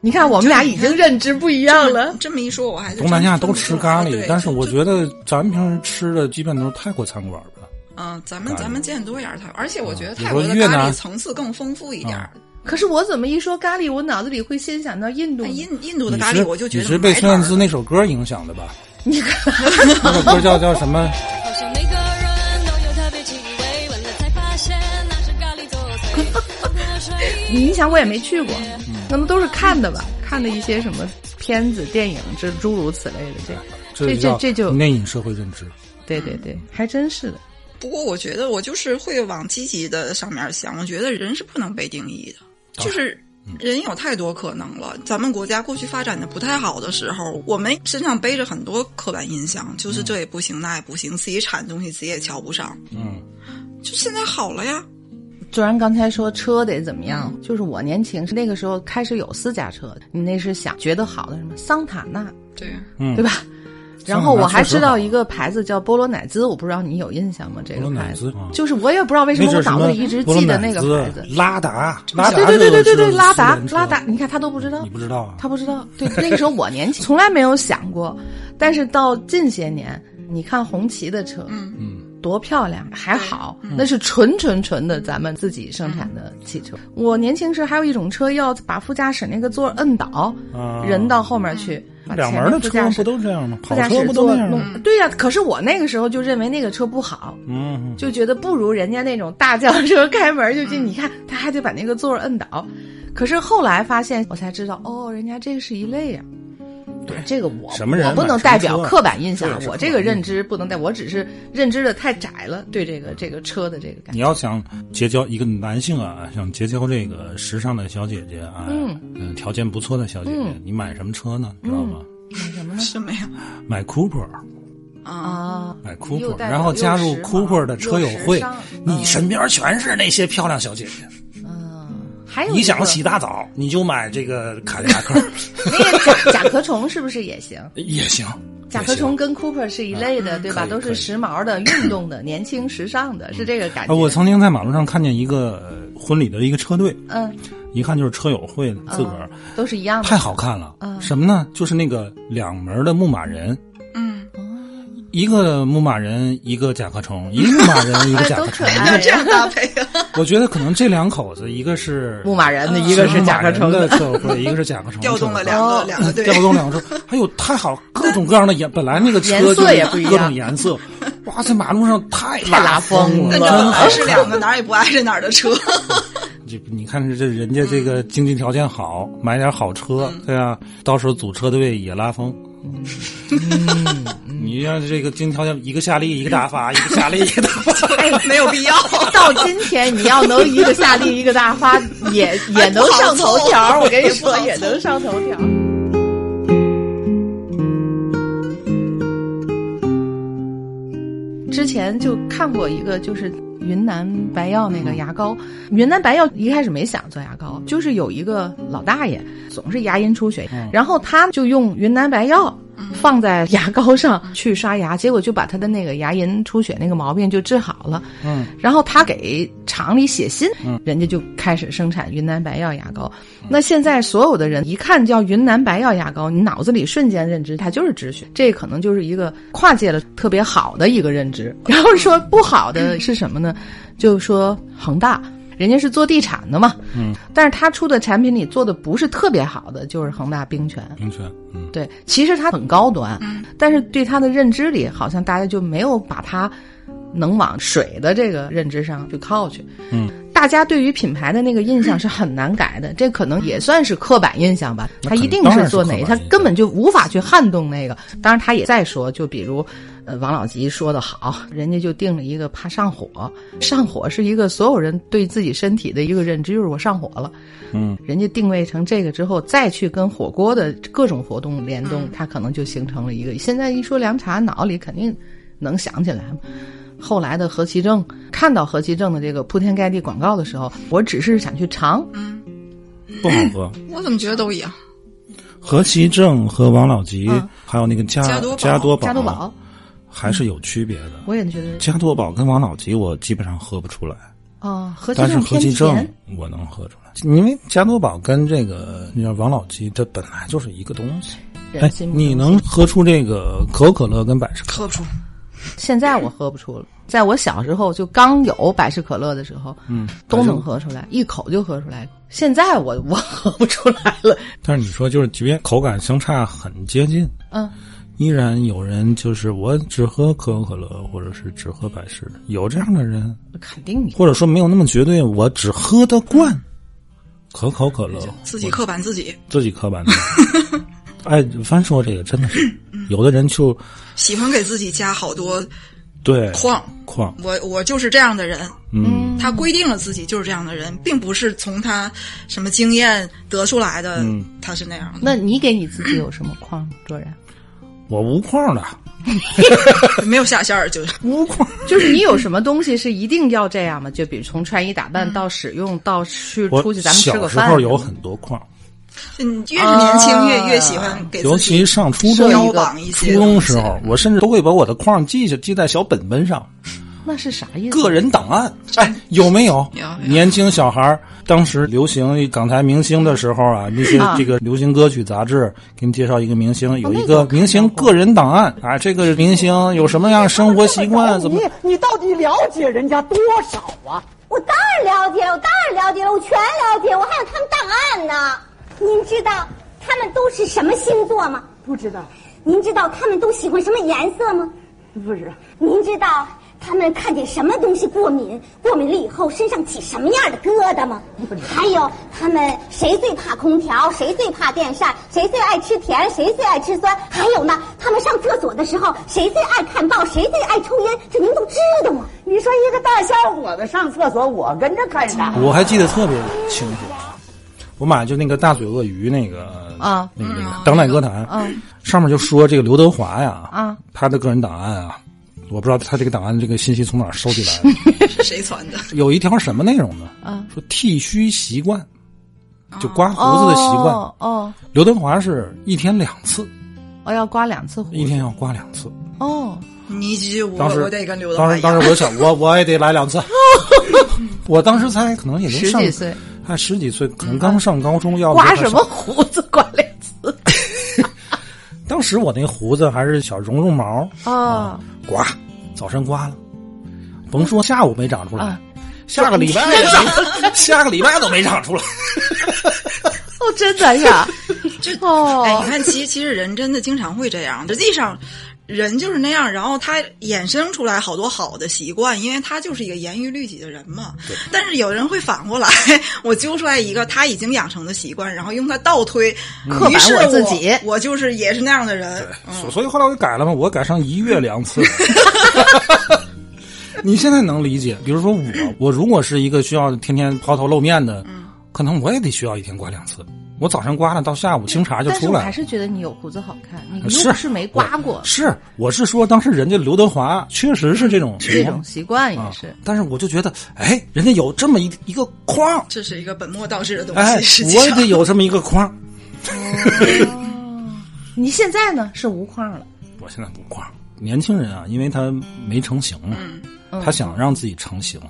[SPEAKER 2] 你看我们俩已经认知不一样了。
[SPEAKER 3] 这么一说，我还是
[SPEAKER 1] 东南亚
[SPEAKER 3] 真
[SPEAKER 1] 都吃咖喱，但是我觉，得咱们平时吃的基本都是泰国餐馆吧。
[SPEAKER 3] 真真嗯，咱们咱们见多一点儿泰，而且我觉得
[SPEAKER 1] 嗯你
[SPEAKER 3] 泰
[SPEAKER 1] 说
[SPEAKER 3] 国的
[SPEAKER 1] 越
[SPEAKER 3] 咖喱
[SPEAKER 1] 南嗯
[SPEAKER 3] 层次更丰富一点儿。
[SPEAKER 2] 可是我怎么一说咖喱，我脑子里会先想到哎印度
[SPEAKER 3] 但
[SPEAKER 2] 呢？
[SPEAKER 3] 哎印印度的
[SPEAKER 1] 你
[SPEAKER 3] 咖
[SPEAKER 1] 是
[SPEAKER 3] 喱，我就觉
[SPEAKER 1] 你
[SPEAKER 3] 得
[SPEAKER 1] 是被
[SPEAKER 3] 白
[SPEAKER 1] 孙
[SPEAKER 3] 板
[SPEAKER 1] 燕
[SPEAKER 3] 儿
[SPEAKER 1] 姿那首歌影响的吧？
[SPEAKER 2] 你看，
[SPEAKER 1] 那首歌叫叫什么？
[SPEAKER 5] 好像每个人都有特别气味，闻了才发现那是咖喱做 的。
[SPEAKER 2] 你想我也没去过，那么都是看的吧？看的一些什么片子、电影之诸如此类的，
[SPEAKER 1] 这
[SPEAKER 2] 这这
[SPEAKER 1] 叫
[SPEAKER 2] 这就
[SPEAKER 1] 内隐社会认知。
[SPEAKER 2] 对对对，还真是的。
[SPEAKER 3] 不过我觉得我就是会往积极的上面想，我觉得人是不能被定义的，就是。人有太多可能了。咱们国家过去发展的不太好的时候，我们身上背着很多刻板印象，就是这也不行，那也不行，自己产东西自己也瞧不上。
[SPEAKER 1] 嗯，
[SPEAKER 3] 就现在好了呀，
[SPEAKER 2] 卓然刚才说车得怎么样，就是我年轻那个时候开始有私家车，你那是想觉得好的什么桑塔纳，
[SPEAKER 3] 对，
[SPEAKER 1] 嗯
[SPEAKER 2] 对吧？
[SPEAKER 1] 桑塔纳
[SPEAKER 2] 然后我还
[SPEAKER 1] 确实
[SPEAKER 2] 知道
[SPEAKER 1] 好
[SPEAKER 2] 一个牌子叫波罗乃滋，我不知道你有印象吗？这
[SPEAKER 1] 波
[SPEAKER 2] 个
[SPEAKER 1] 罗乃
[SPEAKER 2] 牌
[SPEAKER 1] 滋
[SPEAKER 2] 子
[SPEAKER 1] 啊，
[SPEAKER 2] 就是我也不知道为什
[SPEAKER 1] 那
[SPEAKER 2] 么
[SPEAKER 1] 是
[SPEAKER 2] 我
[SPEAKER 1] 什
[SPEAKER 2] 脑
[SPEAKER 1] 么
[SPEAKER 2] 子里一直记得那个
[SPEAKER 1] 波罗
[SPEAKER 2] 牌
[SPEAKER 1] 乃
[SPEAKER 2] 子
[SPEAKER 1] 兹。拉达，拉达
[SPEAKER 2] 对对对对对对，
[SPEAKER 1] 是
[SPEAKER 2] 拉达
[SPEAKER 1] 苏联车
[SPEAKER 2] 拉达，你看他都不知道
[SPEAKER 1] 你，不知道啊？
[SPEAKER 2] 他不知道。对，那个时候我年哦 轻，从来没有想过。但是到近些年，你看红旗的车，
[SPEAKER 3] 嗯
[SPEAKER 1] 嗯，
[SPEAKER 2] 多漂亮，还好，那是纯纯纯的咱们自己生产的汽车。我年轻时还有一种车，要把副驾驶那个座儿摁倒，
[SPEAKER 1] 啊
[SPEAKER 2] 人到后面去，把
[SPEAKER 1] 两
[SPEAKER 2] 前
[SPEAKER 1] 门的
[SPEAKER 2] 面副驾
[SPEAKER 1] 车不
[SPEAKER 2] 驶
[SPEAKER 1] 都这样吗？
[SPEAKER 2] 副
[SPEAKER 1] 跑
[SPEAKER 2] 驾
[SPEAKER 1] 车
[SPEAKER 2] 驶
[SPEAKER 1] 不都
[SPEAKER 2] 座
[SPEAKER 1] 那样吗？
[SPEAKER 2] 弄。对呀、可是我那个时候就认为那个车不好，
[SPEAKER 1] 嗯，
[SPEAKER 2] 就觉得不如人家那种大轿车开门就进，你看他还得把那个座儿摁倒。可是后来发现，我才知道，哦，人家这个是一类呀、对，这个我
[SPEAKER 1] 什么人
[SPEAKER 2] 我不
[SPEAKER 1] 买
[SPEAKER 2] 能
[SPEAKER 1] 什么
[SPEAKER 2] 代表
[SPEAKER 1] 车
[SPEAKER 2] 刻板印象
[SPEAKER 1] 这个，是
[SPEAKER 2] 我
[SPEAKER 1] 刻
[SPEAKER 2] 这
[SPEAKER 1] 板
[SPEAKER 2] 个
[SPEAKER 1] 印
[SPEAKER 2] 认
[SPEAKER 1] 象
[SPEAKER 2] 知不能代，我只是认知的太窄了，对这
[SPEAKER 1] 嗯
[SPEAKER 2] 个这个车的这个感
[SPEAKER 1] 你
[SPEAKER 2] 觉。
[SPEAKER 1] 要想结交一个男性啊，想结交这个时尚的小姐姐啊，
[SPEAKER 2] 嗯
[SPEAKER 1] 嗯，条件不错的小姐姐，你买什么车呢？知道吗？
[SPEAKER 2] 什么呢？
[SPEAKER 3] 什么呀？
[SPEAKER 1] 买 Cooper，
[SPEAKER 3] 啊、
[SPEAKER 2] 啊，
[SPEAKER 1] 买
[SPEAKER 2] 又
[SPEAKER 1] Cooper，
[SPEAKER 2] 代表
[SPEAKER 1] 然后加
[SPEAKER 2] 又
[SPEAKER 1] 入
[SPEAKER 2] 时髦嗯
[SPEAKER 1] Cooper 的车友
[SPEAKER 2] 又时
[SPEAKER 1] 会
[SPEAKER 2] 尚，
[SPEAKER 1] 你身边全是那些漂亮小姐姐。
[SPEAKER 2] 嗯，还有
[SPEAKER 1] 你
[SPEAKER 2] 一
[SPEAKER 1] 想
[SPEAKER 2] 个
[SPEAKER 1] 洗大澡，你就买这个卡迪拉克
[SPEAKER 2] 那个甲甲壳虫是不是也行？
[SPEAKER 1] 也行。
[SPEAKER 2] 甲
[SPEAKER 1] 也
[SPEAKER 2] 壳
[SPEAKER 1] 行
[SPEAKER 2] 虫跟 Cooper 是一类的，对吧？
[SPEAKER 1] 可以
[SPEAKER 2] 都
[SPEAKER 1] 可
[SPEAKER 2] 是
[SPEAKER 1] 以
[SPEAKER 2] 时髦的、运动的、年轻时尚的，是这个感觉。
[SPEAKER 1] 啊，我曾经在马路上看见一个呃婚礼的一个车队，
[SPEAKER 2] 嗯，
[SPEAKER 1] 一看就是车友会的，自个儿
[SPEAKER 2] 嗯都是一样的，
[SPEAKER 1] 太好看了。
[SPEAKER 2] 嗯
[SPEAKER 1] 什么呢？就是那个两门的牧马人，
[SPEAKER 3] 嗯，
[SPEAKER 1] 一个牧马人，一个甲壳 虫，一个牧马 人，一个
[SPEAKER 2] 哎，
[SPEAKER 1] 甲
[SPEAKER 2] 都
[SPEAKER 1] 壳虫。
[SPEAKER 2] 可爱。
[SPEAKER 3] 这样搭配啊。
[SPEAKER 1] 我觉得可能这两口子，一个是呃
[SPEAKER 2] 牧马人的，一个是甲壳虫
[SPEAKER 1] 牧马人的
[SPEAKER 2] 的，
[SPEAKER 1] 车友会，一个是甲壳虫
[SPEAKER 3] 调动了
[SPEAKER 1] 车友
[SPEAKER 3] 两个、
[SPEAKER 2] 哦
[SPEAKER 3] 两个
[SPEAKER 1] 会
[SPEAKER 3] 队，
[SPEAKER 1] 调动两个车，哎呦，太好了，各种各样的颜，本来那个车
[SPEAKER 2] 颜色
[SPEAKER 1] 就
[SPEAKER 2] 也不一样
[SPEAKER 1] 各种颜色，哇，在马路上 太
[SPEAKER 2] 太拉风
[SPEAKER 1] 风
[SPEAKER 3] 那
[SPEAKER 2] 了
[SPEAKER 1] 真
[SPEAKER 3] 这本
[SPEAKER 1] 好看。
[SPEAKER 3] 来 是两个哪儿也不挨着哪儿的车，
[SPEAKER 1] 这你看这人家这个经济条件好，买点好车，
[SPEAKER 3] 嗯
[SPEAKER 1] 对啊，到时候组车队也拉风。嗯 你让这个经济条件一个夏利一个大发，一个夏利一个大发，
[SPEAKER 3] 没有必要。
[SPEAKER 2] 到今天你要能一个夏利一个大发，也也能上头条。我跟你说，也能上头条。之前就看过一个，就是云南白药那个牙膏。云南白药一开始没想做牙膏，就是有一个老大爷总是牙龈出血，然后他就用云南白药。放在牙膏上去刷牙，结果就把他的那个牙龈出血那个毛病就治好了。
[SPEAKER 1] 嗯，
[SPEAKER 2] 然后他给厂里写信，人家就开始生产云南白药牙膏。那现在所有的人一看叫云南白药牙膏，你脑子里瞬间认知它就是止血，这可能就是一个跨界了特别好的一个认知。 然后说不好的是什么呢？就说恒大。人家是做地产的嘛，嗯，但是他出的产品里做的不是特别好的，就是恒大冰泉，
[SPEAKER 1] 明确，嗯，
[SPEAKER 2] 对，其实它很高端，但是对它的认知里，好像大家就没有把它能往水的这个认知上去靠去。
[SPEAKER 1] 嗯，
[SPEAKER 2] 大家对于品牌的那个印象是很难改的，这可能也算是刻板印象吧。
[SPEAKER 1] 那
[SPEAKER 2] 它
[SPEAKER 1] 肯
[SPEAKER 2] 一定
[SPEAKER 1] 当然是
[SPEAKER 2] 做
[SPEAKER 1] 刻
[SPEAKER 2] 哪，
[SPEAKER 1] 板
[SPEAKER 2] 它
[SPEAKER 1] 印象
[SPEAKER 2] 根本就无法去撼动那个。当然，他也在说，就比如。呃，王老吉说的好，人家就定了一个怕上火，上火是一个所有人对自己身体的一个认知，就是我上火了，
[SPEAKER 1] 嗯
[SPEAKER 2] 人家定位成这个之后，再去跟火锅的各种活动联
[SPEAKER 1] 嗯
[SPEAKER 2] 动，它可能就形成了一个。现在一说凉茶，脑里肯定能想起来。后来的何其正看到何其正的这个铺天盖地广告的时候，我只是想去尝，
[SPEAKER 1] 嗯不好喝。
[SPEAKER 3] 我怎么觉得都一 样？
[SPEAKER 1] 何其正和王老吉，
[SPEAKER 2] 嗯
[SPEAKER 1] 还有那个加
[SPEAKER 3] 加多宝
[SPEAKER 1] 加多宝，
[SPEAKER 2] 加多宝，嗯
[SPEAKER 1] 还是有区别的。
[SPEAKER 2] 我也觉得
[SPEAKER 1] 加多宝跟王老吉我基本上喝不出来，
[SPEAKER 2] 哦，何其
[SPEAKER 1] 但是
[SPEAKER 2] 正
[SPEAKER 1] 何
[SPEAKER 2] 偏
[SPEAKER 1] 其正
[SPEAKER 2] 甜，
[SPEAKER 1] 我能喝出来，因为加多宝跟这个你知道王老吉它本来就是一个东西。哎
[SPEAKER 2] 人，心不
[SPEAKER 1] 你
[SPEAKER 2] 能
[SPEAKER 1] 能喝出这个可口可乐跟百事可乐？
[SPEAKER 3] 喝不出。
[SPEAKER 2] 现在我喝不出了。在我小时候，就刚有百事可乐的时候，
[SPEAKER 1] 嗯，
[SPEAKER 2] 都能喝出来，一口就喝出来。现在我 我喝不出来了，
[SPEAKER 1] 但是你说就是，即便口感相差很接近，
[SPEAKER 2] 嗯，
[SPEAKER 1] 依然有人就是我只喝可口可乐，或者是只喝百事，有这样的人，
[SPEAKER 2] 肯定你
[SPEAKER 1] 或者说没有那么绝对，我只喝得惯 可口可乐，
[SPEAKER 3] 自己刻板自己，
[SPEAKER 1] 自己刻板 的。哎，翻说这个真的是，有的人就
[SPEAKER 3] 喜欢给自己加好多
[SPEAKER 1] 对
[SPEAKER 3] 框。
[SPEAKER 1] 框，
[SPEAKER 3] 我我就是这样的人，
[SPEAKER 1] 嗯，
[SPEAKER 3] 他规定了自己就是这样的人，并不是从他什么经验得出来的，
[SPEAKER 1] 嗯
[SPEAKER 3] 他是那样的，
[SPEAKER 2] 那你给你自己有什么框吗？卓然，
[SPEAKER 1] 我无框的，
[SPEAKER 3] 没有下限儿，就是
[SPEAKER 1] 无框。
[SPEAKER 2] 就是你有什么东西是一定要这样吗？就比如从穿衣打扮到使用到去
[SPEAKER 1] 我
[SPEAKER 2] 出去咱们吃
[SPEAKER 1] 小
[SPEAKER 2] 个
[SPEAKER 1] 时
[SPEAKER 2] 饭，
[SPEAKER 1] 候有很多框，
[SPEAKER 3] 嗯越是年轻越越喜欢给
[SPEAKER 1] 尤
[SPEAKER 3] 自
[SPEAKER 1] 其
[SPEAKER 3] 己
[SPEAKER 1] 上初中
[SPEAKER 2] 设
[SPEAKER 3] 标
[SPEAKER 2] 一个
[SPEAKER 3] 榜一
[SPEAKER 1] 初
[SPEAKER 3] 些
[SPEAKER 1] 中
[SPEAKER 3] 东
[SPEAKER 1] 时
[SPEAKER 3] 西
[SPEAKER 1] 候，我甚至都会把我的框记下，记在小本本上，
[SPEAKER 2] 那是啥意思？
[SPEAKER 1] 个人档案。哎，有没有
[SPEAKER 3] 有有
[SPEAKER 1] 年轻小孩儿当时流行港台明星的时候 啊？那些
[SPEAKER 2] 啊
[SPEAKER 1] 这个流行歌曲杂志给你介绍一个明星，有
[SPEAKER 2] 哦那
[SPEAKER 1] 一
[SPEAKER 2] 个我
[SPEAKER 1] 个明星个人档案啊，这个明星有什么样生活习惯，
[SPEAKER 2] 哦
[SPEAKER 1] 怎么
[SPEAKER 6] 哎你你到底了解人家多少啊？
[SPEAKER 7] 我当然了解了，我当然了解了，我全了解，我还有他们档案呢。您知道他们都是什么星座吗？
[SPEAKER 6] 不知道，
[SPEAKER 7] 您知道他们都喜欢什么颜色吗？
[SPEAKER 6] 不知道，
[SPEAKER 7] 您知道他们看见什么东西过敏，过敏了以后身上起什么样的疙瘩吗？还有他们谁最怕空调，谁最怕电扇，谁最爱吃甜，谁最爱吃酸。还有呢，他们上厕所的时候谁最爱看报，谁最爱抽烟，这您都知道吗？
[SPEAKER 6] 你说一个大小伙子上厕所，我跟着干啥？
[SPEAKER 1] 我还记得特别清楚，我买就那个大嘴鳄鱼那个
[SPEAKER 2] 啊嗯
[SPEAKER 1] 那个那个当代歌坛，上面就说这个刘德华呀，
[SPEAKER 2] 啊，
[SPEAKER 1] 他的个人档案啊，我不知道他这个档案这个信息从哪儿收集来的，
[SPEAKER 3] 谁传的？
[SPEAKER 1] 有一条什么内容呢？
[SPEAKER 2] 啊，
[SPEAKER 1] 说剃须习惯，就刮胡子的习惯。
[SPEAKER 2] 哦哦，
[SPEAKER 1] 刘德华是一天两次，
[SPEAKER 2] 我要刮两次胡
[SPEAKER 1] 一
[SPEAKER 2] 子。
[SPEAKER 1] 天要刮两次。
[SPEAKER 2] 哦，
[SPEAKER 3] 你这我
[SPEAKER 1] 当时
[SPEAKER 3] 我得跟刘德
[SPEAKER 1] 当
[SPEAKER 3] 华
[SPEAKER 1] 时
[SPEAKER 3] 一样
[SPEAKER 1] 当时我想，我我也得来 两次。我当时才可能也就
[SPEAKER 2] 十
[SPEAKER 1] 上
[SPEAKER 2] 几岁，嗯
[SPEAKER 1] 还十几岁，可能刚上高中，要不就
[SPEAKER 2] 刮
[SPEAKER 1] 快
[SPEAKER 2] 什么
[SPEAKER 1] 上？
[SPEAKER 2] 胡子？刮两次。
[SPEAKER 1] 当时我那胡子还是小绒绒毛，
[SPEAKER 2] 哦，
[SPEAKER 1] 刮，早晨刮了，甭说下午没长出来，
[SPEAKER 2] 啊
[SPEAKER 1] 下个礼 拜也没，下个礼拜都没长出来。
[SPEAKER 2] 哦，真的呀？哦，
[SPEAKER 3] 哎，你看，其其实人真的经常会这样，实际上。人就是那样，然后他衍生出来好多好的习惯，因为他就是一个严于律己的人嘛。但是有人会反过来，我揪出来一个他已经养成的习惯，然后用它倒推，
[SPEAKER 2] 刻板
[SPEAKER 3] 于是
[SPEAKER 2] 我
[SPEAKER 3] 我
[SPEAKER 2] 自己
[SPEAKER 3] 我就是也是那样的人。
[SPEAKER 1] 所所以后来我就改了嘛，我改成一月两次。 你现在能理解？比如说我，我如果是一个需要天天抛头露面的，
[SPEAKER 2] 嗯
[SPEAKER 1] 可能我也得需要一天刮两次。我早上刮了，到下午清 茶就
[SPEAKER 2] 但是
[SPEAKER 1] 出
[SPEAKER 2] 我
[SPEAKER 1] 来
[SPEAKER 2] 还
[SPEAKER 1] 了。
[SPEAKER 2] 是觉得你有胡子好看，你又
[SPEAKER 1] 是
[SPEAKER 2] 不是没刮过
[SPEAKER 1] 我，是，我是说，当时人家刘德华确实是这种
[SPEAKER 2] 这
[SPEAKER 1] 情况
[SPEAKER 2] 种习惯
[SPEAKER 1] 啊
[SPEAKER 2] 也是。，
[SPEAKER 1] 但是我就觉得，哎，人家有这么一一个 框，
[SPEAKER 3] 这是一个本末倒置的东
[SPEAKER 1] 哎
[SPEAKER 3] 西，实，际
[SPEAKER 1] 我也
[SPEAKER 3] 上
[SPEAKER 1] 得有这么一个框。
[SPEAKER 2] 你现在呢是无框了，
[SPEAKER 1] 我现在不框，年轻人啊，因为他没成型嘛，他想让自己成型，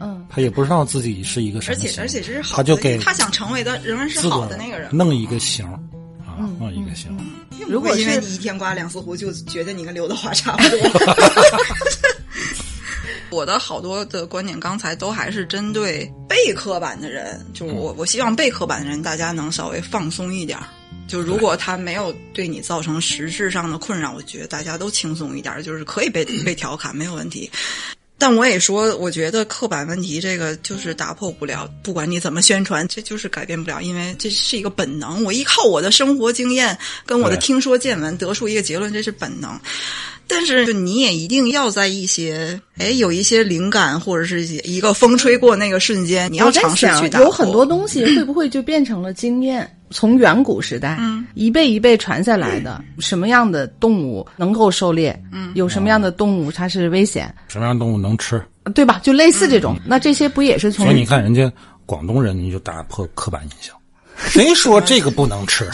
[SPEAKER 2] 嗯，
[SPEAKER 1] 他也不知道自己是一个什
[SPEAKER 3] 而
[SPEAKER 1] 么
[SPEAKER 3] 且
[SPEAKER 1] 型，
[SPEAKER 3] 而且这是好
[SPEAKER 1] 他
[SPEAKER 3] 的，
[SPEAKER 1] 就给
[SPEAKER 3] 因为他想成为的仍然是
[SPEAKER 1] 自个
[SPEAKER 3] 好
[SPEAKER 1] 儿
[SPEAKER 3] 的那个人。嗯
[SPEAKER 1] 弄一个型儿啊，弄一个型儿。
[SPEAKER 2] 如果
[SPEAKER 3] 因为
[SPEAKER 2] 是
[SPEAKER 3] 你一天刮两次胡，就觉得你跟刘德华差不 多。我的好多的观点刚才都还是针对被刻板的人，就
[SPEAKER 2] 嗯
[SPEAKER 3] 我我希望被刻板的人大家能稍微放松一点儿。就如果他没有对你造成实质上的困扰，我觉得大家都轻松一点儿，就是可 以被被调侃没有问题。但我也说，我觉得刻板问题这个就是打破不了，不管你怎么宣传，这就是改变不了，因为这是一个本能。我依靠我的生活经验跟我的
[SPEAKER 1] 对
[SPEAKER 3] 听说见闻得出一个结论，这是本能。但是就你也一定要在一些哎有一些灵感或者是一个风吹过那个瞬间，你要
[SPEAKER 2] 我在
[SPEAKER 3] 尝试
[SPEAKER 2] 想
[SPEAKER 3] 去打破。
[SPEAKER 2] 有很多东西会不会就变成了经验？从远古时代，
[SPEAKER 3] 嗯
[SPEAKER 2] 一辈一辈传下来的，什么样的动物能够狩猎？
[SPEAKER 3] 嗯
[SPEAKER 2] 有什么样的动物它是危险，
[SPEAKER 1] 什么样的动物能吃？
[SPEAKER 2] 对吧？就类似这
[SPEAKER 3] 嗯
[SPEAKER 2] 种，那这些不也是从
[SPEAKER 1] 所以你看，人家广东人你就打破刻板印 象，谁说这个不能吃？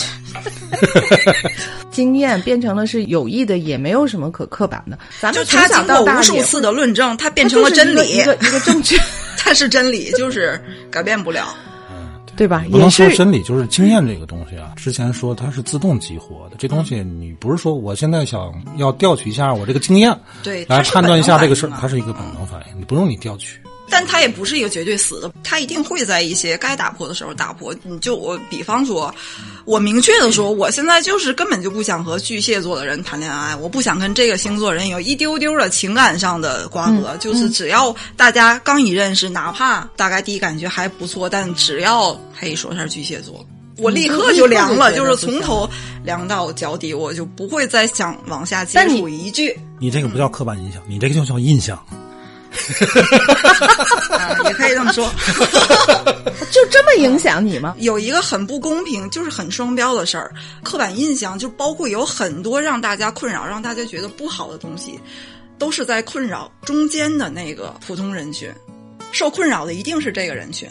[SPEAKER 2] 经验变成了是有益的，也没有什么可刻板的。咱
[SPEAKER 3] 就
[SPEAKER 2] 们从
[SPEAKER 3] 他
[SPEAKER 2] 小
[SPEAKER 3] 经
[SPEAKER 2] 到
[SPEAKER 3] 过
[SPEAKER 2] 大
[SPEAKER 3] 无数
[SPEAKER 2] 也
[SPEAKER 3] 次的论证，它变
[SPEAKER 2] 它
[SPEAKER 3] 成了
[SPEAKER 2] 就是
[SPEAKER 3] 真
[SPEAKER 2] 一个
[SPEAKER 3] 理，
[SPEAKER 2] 一个一 个正确，
[SPEAKER 3] 它是真理，就是改变不了。
[SPEAKER 2] 对吧？
[SPEAKER 1] 不能
[SPEAKER 2] 也
[SPEAKER 1] 说
[SPEAKER 2] 是
[SPEAKER 1] 真理，就是经验这个东西啊。之前说它是自动激活的，这东西
[SPEAKER 3] 嗯
[SPEAKER 1] 你不是说我现在想要调取一下我这个经验，
[SPEAKER 3] 对
[SPEAKER 1] 来
[SPEAKER 3] 它是
[SPEAKER 1] 判断一下这个事儿
[SPEAKER 3] 本能反应，嘛
[SPEAKER 1] 它是一个本能反应，你不用你调取。
[SPEAKER 3] 但它也不是一个绝对死的，它一定会在一些该打破的时候打破。你就我比方说，我明确的说，我现在就是根本就不想和巨蟹座的人谈恋爱，我不想跟这个星座人有一丢丢的情感上的瓜葛。就是只要大家刚一认识，哪怕大概第一感觉还不错，但只要他一说他是巨蟹座。我立刻就凉了，
[SPEAKER 2] 嗯
[SPEAKER 3] 就是从头凉到脚底，我就不会再想往下接
[SPEAKER 2] 但你
[SPEAKER 3] 触一句，
[SPEAKER 1] 你这个
[SPEAKER 3] 嗯
[SPEAKER 1] 不叫刻板印象，你这个就叫印象。
[SPEAKER 3] 啊，也可以这么说。
[SPEAKER 2] 就这么影响你吗？
[SPEAKER 3] 有一个很不公平，就是很双标的事儿，刻板印象就包括有很多让大家困扰、让大家觉得不好的东西，都是在困扰中间的那个普通人群。受困扰的一定是这个人群，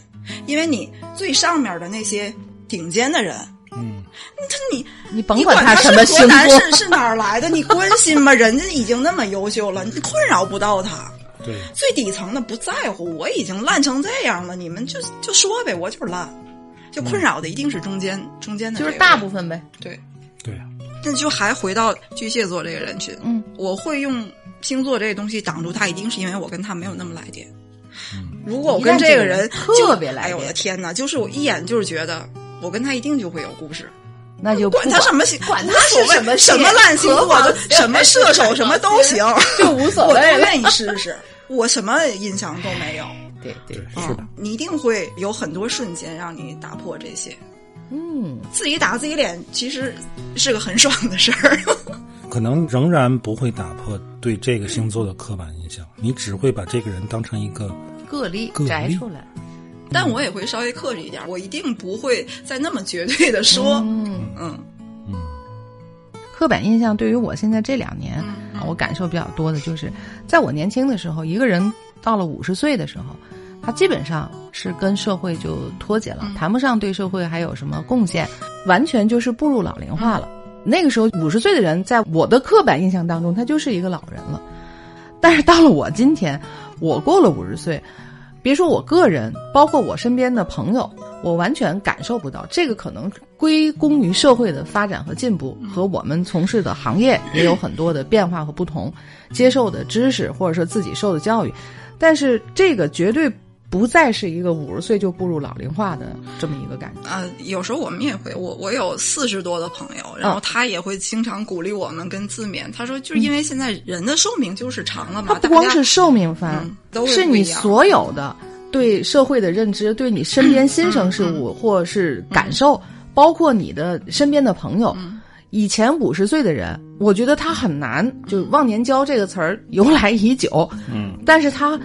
[SPEAKER 3] 因为你最上面的那些顶尖的人，
[SPEAKER 1] 嗯，
[SPEAKER 3] 他你
[SPEAKER 2] 你甭
[SPEAKER 3] 你管
[SPEAKER 2] 他什么
[SPEAKER 3] 是
[SPEAKER 2] 星
[SPEAKER 3] 河南
[SPEAKER 2] 座，
[SPEAKER 3] 是是哪儿来的，你关心吗？人家已经那么优秀了，你困扰不到他。
[SPEAKER 1] 对，
[SPEAKER 3] 最底层的不在乎，我已经烂成这样了，你们就就说呗，我就是烂。就困扰的一定是中间、中间的这
[SPEAKER 2] 就
[SPEAKER 3] 个人，
[SPEAKER 2] 是大部分呗。
[SPEAKER 3] 对。
[SPEAKER 1] 对，
[SPEAKER 3] 那就还回到巨蟹座这个人群，
[SPEAKER 2] 嗯，
[SPEAKER 3] 我会用星座这个东西挡住他，一定是因为我跟他没有那么来电。如果我跟这个人
[SPEAKER 2] 一旦这个人
[SPEAKER 3] 就
[SPEAKER 2] 特别来
[SPEAKER 3] 哎
[SPEAKER 2] 电
[SPEAKER 3] 呦我的天哪！就是我一眼就是觉得我跟他一定就会有故事，
[SPEAKER 2] 那就不
[SPEAKER 3] 管他什么星，
[SPEAKER 2] 管他
[SPEAKER 3] 无所
[SPEAKER 2] 是
[SPEAKER 3] 谓
[SPEAKER 2] 什么
[SPEAKER 3] 什
[SPEAKER 2] 星
[SPEAKER 3] 么烂星
[SPEAKER 2] 何
[SPEAKER 3] 座
[SPEAKER 2] 妨
[SPEAKER 3] 都
[SPEAKER 2] 先
[SPEAKER 3] 什么射
[SPEAKER 2] 还
[SPEAKER 3] 手
[SPEAKER 2] 是
[SPEAKER 3] 什么
[SPEAKER 2] 海
[SPEAKER 3] 都
[SPEAKER 2] 王星
[SPEAKER 3] 行，
[SPEAKER 2] 就无所
[SPEAKER 3] 我都
[SPEAKER 2] 谓了
[SPEAKER 3] 愿意试试。我什么印象都没有，
[SPEAKER 2] 对对，
[SPEAKER 1] 是的
[SPEAKER 3] 啊，你一定会有很多瞬间让你打破这些。
[SPEAKER 2] 嗯，
[SPEAKER 3] 自己打自己脸其实是个很爽的事 儿。
[SPEAKER 1] 可能仍然不会打破对这个星座的刻板印象，你只会把这个人当成一个
[SPEAKER 2] 个例
[SPEAKER 1] 个例
[SPEAKER 2] 摘出来，
[SPEAKER 3] 但我也会稍微克制一点儿，我一定不会再那么绝对的说，
[SPEAKER 2] 嗯，
[SPEAKER 3] 嗯
[SPEAKER 2] 刻板印象对于我现在这两年
[SPEAKER 3] 嗯
[SPEAKER 2] 啊，我感受比较多的就是，在我年轻的时候，一个人到了五十岁的时候，他基本上是跟社会就脱节了，谈不上对社会还有什么贡献，完全就是步入老龄化了。那个时候，五十岁的人，在我的刻板印象当中，他就是一个老人了。 但是到了我今天，我过了五十岁，别说我个人，包括我身边的朋友，我完全感受不到。这个可能归功于社会的发展和进步，和我们从事的行业也有很多的变化和不同，接受的知识或者说自己受的教育。但是这个绝对不再是一个五十岁就步入老龄化的这么一个感觉。
[SPEAKER 3] 啊、有时候我们也会，我我有四十多的朋
[SPEAKER 2] 嗯
[SPEAKER 3] 友，然后他也会经常鼓励我们跟自勉。他说，就是因为现在人的寿命就是长了嘛，
[SPEAKER 2] 它不光
[SPEAKER 3] 大家
[SPEAKER 2] 是寿命番，
[SPEAKER 3] 嗯都是
[SPEAKER 2] 是
[SPEAKER 3] 不一
[SPEAKER 2] 你
[SPEAKER 3] 样
[SPEAKER 2] 所有的对社会的认知，对你身边新生
[SPEAKER 3] 嗯
[SPEAKER 2] 事物或是感受，包括你的身边的朋友。
[SPEAKER 3] 嗯
[SPEAKER 2] 以前五十岁的人，我觉得他很难，就忘年交这个词儿由来已久，嗯，但是他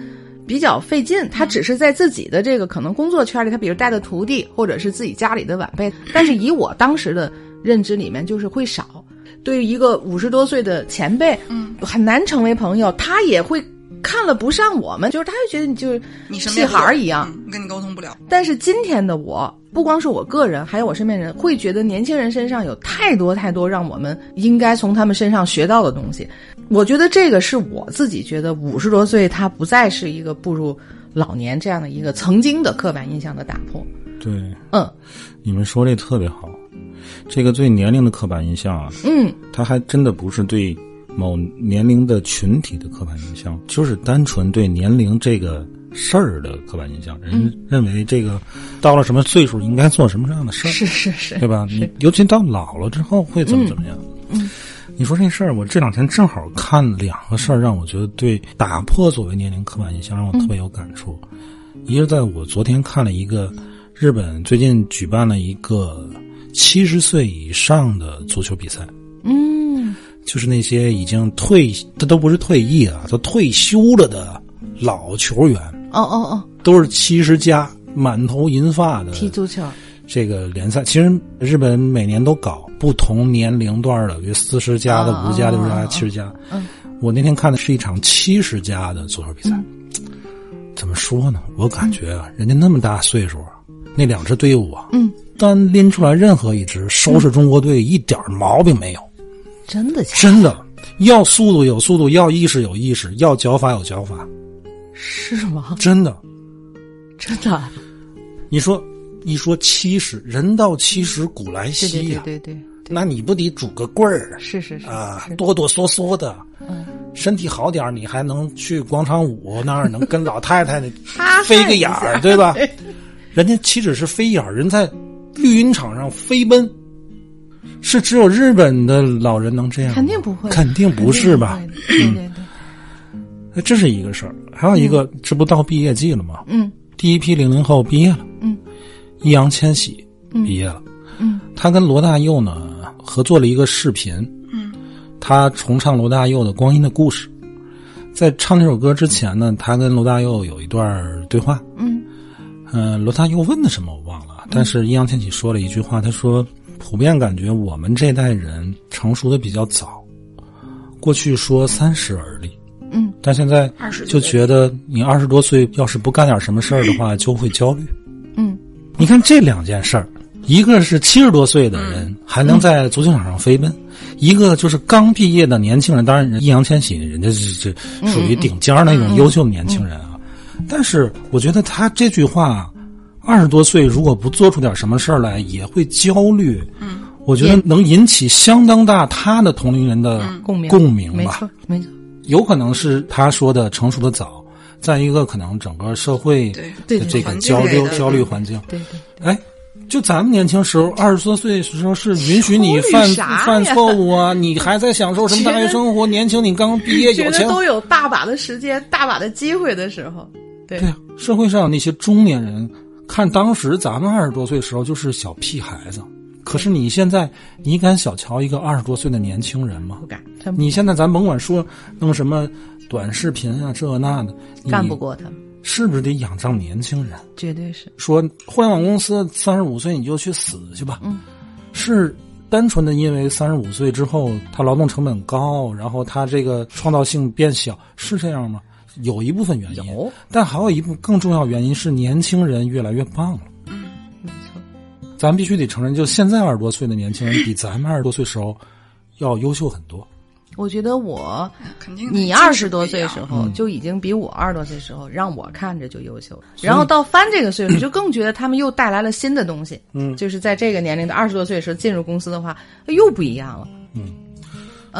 [SPEAKER 2] 比较费劲，他只是在自己的这个可能工作圈里，他比如带的徒弟或者是自己家里的晚辈，但是以我当时的认知里面，就是会少。对于一个五十多岁的前辈，嗯，很难成为朋友，他也会看了不上我们，就是他就觉得你就是
[SPEAKER 3] 你身
[SPEAKER 2] 屁
[SPEAKER 3] 边
[SPEAKER 2] 孩儿一样。
[SPEAKER 3] 嗯跟你沟通不了。
[SPEAKER 2] 但是今天的我，不光是我个人，还有我身边人，会觉得年轻人身上有太多太多让我们应该从他们身上学到的东西。我觉得这个是我自己觉得五十多岁，他不再是一个步入老年这样的一个曾经的刻板印象的打破。
[SPEAKER 1] 对，
[SPEAKER 2] 嗯
[SPEAKER 1] 你们说这特别好，这个对年龄的刻板印象啊，
[SPEAKER 2] 嗯，
[SPEAKER 1] 它还真的不是对某年龄的群体的刻板印象，就是单纯对年龄这个事儿的刻板印象。人认为这个到了什么岁数应该做什么样的事儿，
[SPEAKER 2] 是是是，嗯
[SPEAKER 1] 对吧？你尤其到老了之后会怎么怎么样？你说这事儿，我这两天正好看两个事儿，让我觉得对打破所谓年龄刻板印象，让我特别有感触。
[SPEAKER 2] 嗯
[SPEAKER 1] 一个在我昨天看了一个日本最近举办了一个七十岁以上的足球比赛，
[SPEAKER 2] 嗯
[SPEAKER 1] 就是那些已经退，他都不是退役啊，都退休了的老球员，
[SPEAKER 2] 哦哦哦，
[SPEAKER 1] 都是七十加，满头银发的
[SPEAKER 2] 踢足球，
[SPEAKER 1] 这个联赛，其实日本每年都搞不同年龄段的，比如四十加的、五十加、六十加、七十加。
[SPEAKER 2] 嗯，
[SPEAKER 1] 我那天看的是一场七十加的足球比赛。怎么说呢？我感觉啊，人家那么大岁数啊，那两支队伍啊，
[SPEAKER 2] 嗯，
[SPEAKER 1] 单拎出来任何一支收拾中国队一点毛病没有，
[SPEAKER 2] 真的假的
[SPEAKER 1] 真的。要速度有速度，要意识有意识，要脚法有脚法，
[SPEAKER 2] 是吗？
[SPEAKER 1] 真的。
[SPEAKER 2] 真的，啊
[SPEAKER 1] 你说，一说七十，人到七十古来
[SPEAKER 2] 对对
[SPEAKER 1] 稀
[SPEAKER 2] 对
[SPEAKER 1] 呀、
[SPEAKER 2] 对对，
[SPEAKER 1] 那你不得拄个棍儿啊？
[SPEAKER 2] 是是是
[SPEAKER 1] 啊
[SPEAKER 2] 是，嗯
[SPEAKER 1] 哆哆嗦嗦的，身体好点儿你还能去广场舞那儿能跟老太太 飞个眼儿，对吧？人家岂止是飞眼儿，人在绿茵场上飞奔，是只有日本的老人能这样吗？
[SPEAKER 2] 肯定不会，
[SPEAKER 1] 肯定不是吧？嗯
[SPEAKER 2] 肯定不会？对对对，
[SPEAKER 1] 这是一个事儿，还有一个，这不到毕业季了吗？
[SPEAKER 2] 嗯，
[SPEAKER 1] 第一批零零后毕业了，
[SPEAKER 2] 嗯，
[SPEAKER 1] 易烊千玺毕业了，
[SPEAKER 2] 嗯，
[SPEAKER 1] 他跟罗大佑呢合作了一个视频，
[SPEAKER 3] 嗯，
[SPEAKER 1] 他重唱罗大佑的《光阴的故事》。在唱这首歌之前呢，他跟罗大佑有一段对话，
[SPEAKER 2] 嗯
[SPEAKER 1] 嗯、罗大佑问的什么我忘了，但是易烊千玺说了一句话，他说：“普遍感觉我们这代人成熟的比较早，过去说三十而立，
[SPEAKER 2] 嗯，
[SPEAKER 1] 但现在
[SPEAKER 3] 20
[SPEAKER 1] 就觉得你二十多岁要是不干点什么事儿的 话，就会焦虑。
[SPEAKER 2] 嗯，
[SPEAKER 1] 你看这两件事儿，一个是七十多岁的
[SPEAKER 2] 嗯
[SPEAKER 1] 人还能在足球场上飞奔，一个就是刚毕业的年轻人。当然，易烊千玺人家这这属于顶尖儿那
[SPEAKER 2] 嗯
[SPEAKER 1] 种优秀的年轻人啊。但是我觉得他这句话，二十多岁如果不做出点什么事儿来，也会焦虑。嗯，我觉得能引起相当大他的同龄人的
[SPEAKER 2] 共鸣
[SPEAKER 1] 共鸣吧。
[SPEAKER 2] 没错没错，
[SPEAKER 1] 有可能是他说的成熟的早，再一个可能整个社会
[SPEAKER 3] 对
[SPEAKER 1] 的这个交
[SPEAKER 3] 对
[SPEAKER 1] 流
[SPEAKER 3] 对
[SPEAKER 1] 焦虑环境。
[SPEAKER 2] 对对。
[SPEAKER 1] 哎，就咱们年轻时候，二十多岁时候是允许你
[SPEAKER 2] 焦虑
[SPEAKER 1] 犯
[SPEAKER 2] 啥呀
[SPEAKER 1] 犯错误 啊，你还在享受什么大学生活？年轻，你刚毕业，哎有
[SPEAKER 2] 觉
[SPEAKER 1] 钱
[SPEAKER 2] 得。都有大把的时间、大把的机会的时候，对
[SPEAKER 1] 对呀、社会上那些中年人，看当时咱们二十多岁时候就是小屁孩子，可是你现在，你敢小瞧一个二十多岁的年轻人吗
[SPEAKER 2] 不？敢，真不
[SPEAKER 1] 你现在咱甭管说弄什么短视频啊，这那的，你
[SPEAKER 2] 干不过他们，
[SPEAKER 1] 是不是得仰仗年轻人？
[SPEAKER 2] 绝对是
[SPEAKER 1] 说互联网公司三十五岁你就去死去吧，
[SPEAKER 2] 嗯
[SPEAKER 1] 是单纯的因为三十五岁之后他劳动成本高，然后他这个创造性变小，是这样吗？有一部分原因
[SPEAKER 2] 有，
[SPEAKER 1] 但还有一部更重要原因是年轻人越来越胖了。
[SPEAKER 2] 嗯没错，
[SPEAKER 1] 咱必须得承认，就现在二十多岁的年轻人比咱们二十多岁时候要优秀很多。
[SPEAKER 2] 我觉得我
[SPEAKER 3] 肯定
[SPEAKER 2] 你二十多岁时候
[SPEAKER 1] 嗯
[SPEAKER 2] 就已经比我二十多岁时候让我看着就优秀了，
[SPEAKER 1] 嗯
[SPEAKER 2] 然后到翻这个岁数就更觉得他们又带来了新的东西，
[SPEAKER 1] 嗯
[SPEAKER 2] 就是在这个年龄的二十多岁的时候进入公司的话又不一样了，嗯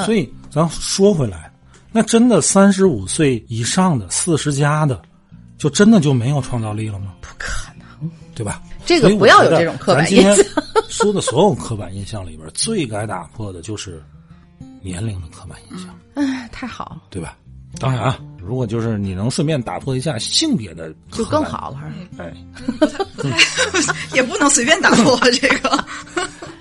[SPEAKER 1] 所以咱说回来，那真的三十五岁以上的四十加的，就真的就没有创造力了吗？不可能，对吧？
[SPEAKER 2] 这
[SPEAKER 1] 所
[SPEAKER 2] 个
[SPEAKER 1] 以我
[SPEAKER 2] 不要有
[SPEAKER 1] 觉得
[SPEAKER 2] 这种刻板
[SPEAKER 1] 咱今天
[SPEAKER 2] 印
[SPEAKER 1] 说的所有刻板印象里边，最该打破的就是年龄的刻板印象，
[SPEAKER 2] 哎，太好了，
[SPEAKER 1] 对吧？当然啊，如果就是你能顺便打破一下性别的，
[SPEAKER 2] 就更。好了。
[SPEAKER 1] 哎，
[SPEAKER 3] 也不能随便打破这个。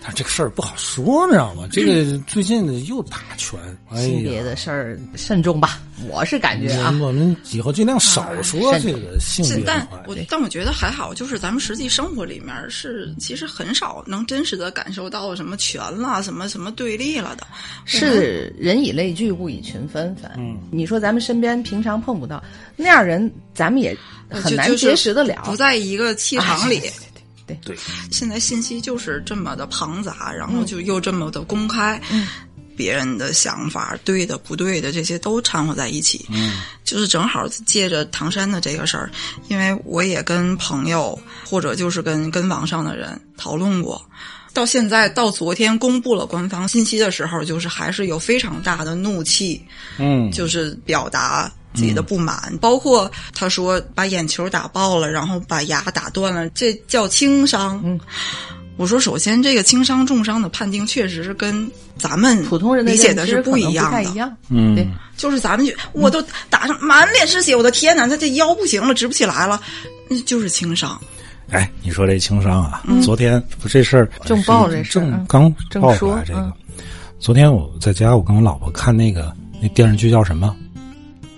[SPEAKER 1] 但这个事儿不好说，你知道吗？这个最近又打拳，哎
[SPEAKER 2] 嗯性
[SPEAKER 1] 呀
[SPEAKER 2] 别，的事儿慎重吧，我是感觉啊，
[SPEAKER 1] 我们以后尽量少说
[SPEAKER 2] 是
[SPEAKER 1] 这个性
[SPEAKER 3] 是
[SPEAKER 1] 别的
[SPEAKER 3] 但
[SPEAKER 1] 话
[SPEAKER 3] 我
[SPEAKER 1] 题。
[SPEAKER 3] 但我觉得还好，就是咱们实际生活里面是其实很少能真实的感受到什么权啦、什么什么对立了的。
[SPEAKER 2] 是人以类聚，物以群分。反
[SPEAKER 1] 嗯
[SPEAKER 2] 你说咱们身边平常碰不到那样人，咱们也
[SPEAKER 3] 呃
[SPEAKER 2] 很
[SPEAKER 3] 就
[SPEAKER 2] 难
[SPEAKER 3] 就是
[SPEAKER 2] 结识得了。
[SPEAKER 3] 不在一个气场里。
[SPEAKER 2] 哎对对对嗯
[SPEAKER 1] 对，
[SPEAKER 3] 现在信息就是这么的庞杂，然后就又这么的公开，别人的想法对的不对的这些都掺和在一起。嗯，就是正好借着唐山的这个事儿，因为我也跟朋友或者就是跟跟网上的人讨论过。到现在，到昨天公布了官方信息的时候，就是还是有非常大的怒气，
[SPEAKER 1] 嗯，
[SPEAKER 3] 就是表达自
[SPEAKER 2] 嗯
[SPEAKER 3] 己的不满，包括他说把眼球打爆了，然后把牙打断了，这叫轻伤。
[SPEAKER 2] 嗯，
[SPEAKER 3] 我说首先这个轻伤重伤的判定确实是跟咱们
[SPEAKER 2] 普通人的
[SPEAKER 3] 理解的
[SPEAKER 2] 认知
[SPEAKER 3] 是
[SPEAKER 2] 可能
[SPEAKER 3] 一样
[SPEAKER 2] 太
[SPEAKER 3] 的
[SPEAKER 2] 一，样。
[SPEAKER 1] 嗯
[SPEAKER 2] 嗯对，
[SPEAKER 3] 就是咱们就我都打上满脸是血，我的天哪，他这腰不行了，直不起来了，嗯就是轻伤。
[SPEAKER 1] 哎，你说这情商啊，昨天不这事儿
[SPEAKER 2] 正爆嗯这事儿
[SPEAKER 1] 正
[SPEAKER 2] 嗯
[SPEAKER 1] 刚
[SPEAKER 2] 正
[SPEAKER 1] 爆出
[SPEAKER 2] 说
[SPEAKER 1] 来这个
[SPEAKER 2] 嗯。
[SPEAKER 1] 昨天我在家，我跟我老婆看那个那电视剧叫什么？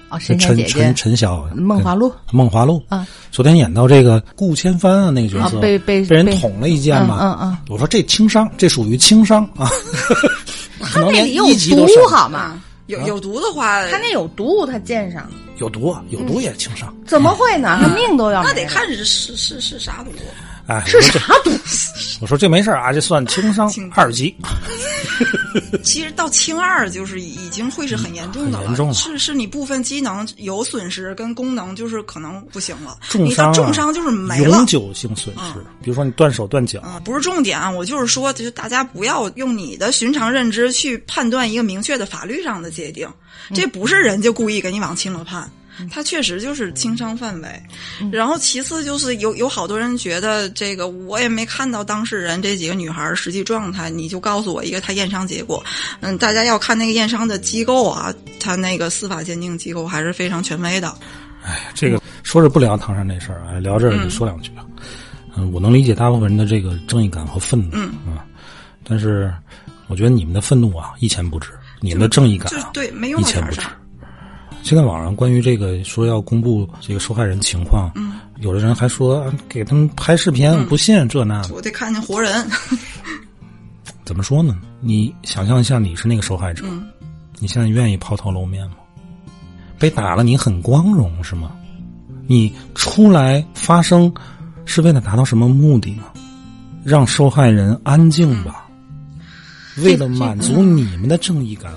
[SPEAKER 2] 啊，神
[SPEAKER 1] 陈陈
[SPEAKER 2] 仙姐姐
[SPEAKER 1] 陈陈晓《
[SPEAKER 2] 梦华录
[SPEAKER 1] 对梦华录
[SPEAKER 2] 啊。
[SPEAKER 1] 昨天演到这个顾千帆啊，那个角色
[SPEAKER 2] 啊被被
[SPEAKER 1] 被人
[SPEAKER 2] 被
[SPEAKER 1] 捅了一剑嘛。
[SPEAKER 2] 嗯嗯嗯
[SPEAKER 1] 我说这轻伤，这属于轻伤 啊，可能
[SPEAKER 2] 那
[SPEAKER 1] 连
[SPEAKER 2] 里有
[SPEAKER 1] 一级都
[SPEAKER 2] 毒
[SPEAKER 1] 上不
[SPEAKER 2] 好
[SPEAKER 3] 啊
[SPEAKER 2] 吗？，
[SPEAKER 3] 有有毒的话，
[SPEAKER 2] 嗯他那有毒，他剑上
[SPEAKER 1] 有毒啊，有
[SPEAKER 2] 嗯
[SPEAKER 1] 毒也轻伤。
[SPEAKER 2] 怎么会呢？他命都要
[SPEAKER 3] 嗯那
[SPEAKER 2] 没
[SPEAKER 3] 得
[SPEAKER 2] 了
[SPEAKER 3] 看是是是是啥毒。
[SPEAKER 1] 哎，
[SPEAKER 2] 是
[SPEAKER 1] 我说这
[SPEAKER 2] 啥毒。
[SPEAKER 1] 我说这没事儿啊，这算轻伤
[SPEAKER 3] 轻
[SPEAKER 1] 二级。
[SPEAKER 3] 其实到轻二就是已经会是很严重的
[SPEAKER 1] 很
[SPEAKER 3] 了，
[SPEAKER 1] 严重了
[SPEAKER 3] 是是你部分机能有损失跟功能就是可能不行了，
[SPEAKER 1] 重
[SPEAKER 3] 你
[SPEAKER 1] 伤、啊、
[SPEAKER 3] 到重伤就是没了
[SPEAKER 1] 永。久性损失，
[SPEAKER 3] 嗯
[SPEAKER 1] 比如说你断手断脚，
[SPEAKER 3] 啊、不是重点啊，我就是说，就是大家不要用你的寻常认知去判断一个明确的法律上的界定，
[SPEAKER 1] 嗯
[SPEAKER 3] 这不是人家故意给你往轻了判，他确实就是轻伤范围。
[SPEAKER 1] 嗯
[SPEAKER 3] 然后其次就是有有好多人觉得这个我也没看到当事人这几个女孩儿实际状态，你就告诉我一个她验伤结果。嗯，大家要看那个验伤的机构啊，他那个司法鉴定机构还是非常权威的。
[SPEAKER 1] 哎这个说是不聊唐山这事儿啊，聊这儿就说两句啊。嗯我能理解大部分人的这个正义感和愤怒，嗯但是我觉得你们的愤怒啊一钱不值，你们的正义感
[SPEAKER 3] 就是
[SPEAKER 1] 啊
[SPEAKER 3] 对没用
[SPEAKER 1] 一
[SPEAKER 3] 到
[SPEAKER 1] 钱
[SPEAKER 3] 点儿
[SPEAKER 1] 不值
[SPEAKER 3] 上。
[SPEAKER 1] 现在网上关于这个说要公布这个受害人情况，
[SPEAKER 3] 嗯
[SPEAKER 1] 有的人还说啊给他们拍视频，我不信这那的。
[SPEAKER 3] 我得看见活人，
[SPEAKER 1] 怎么说呢？你想象一下，你是那个受害者，你现在愿意抛头露面吗？被打了，你很光荣是吗？你出来发声是为了达到什么目的吗？让受害人安静吧，为了满足你们的正义感，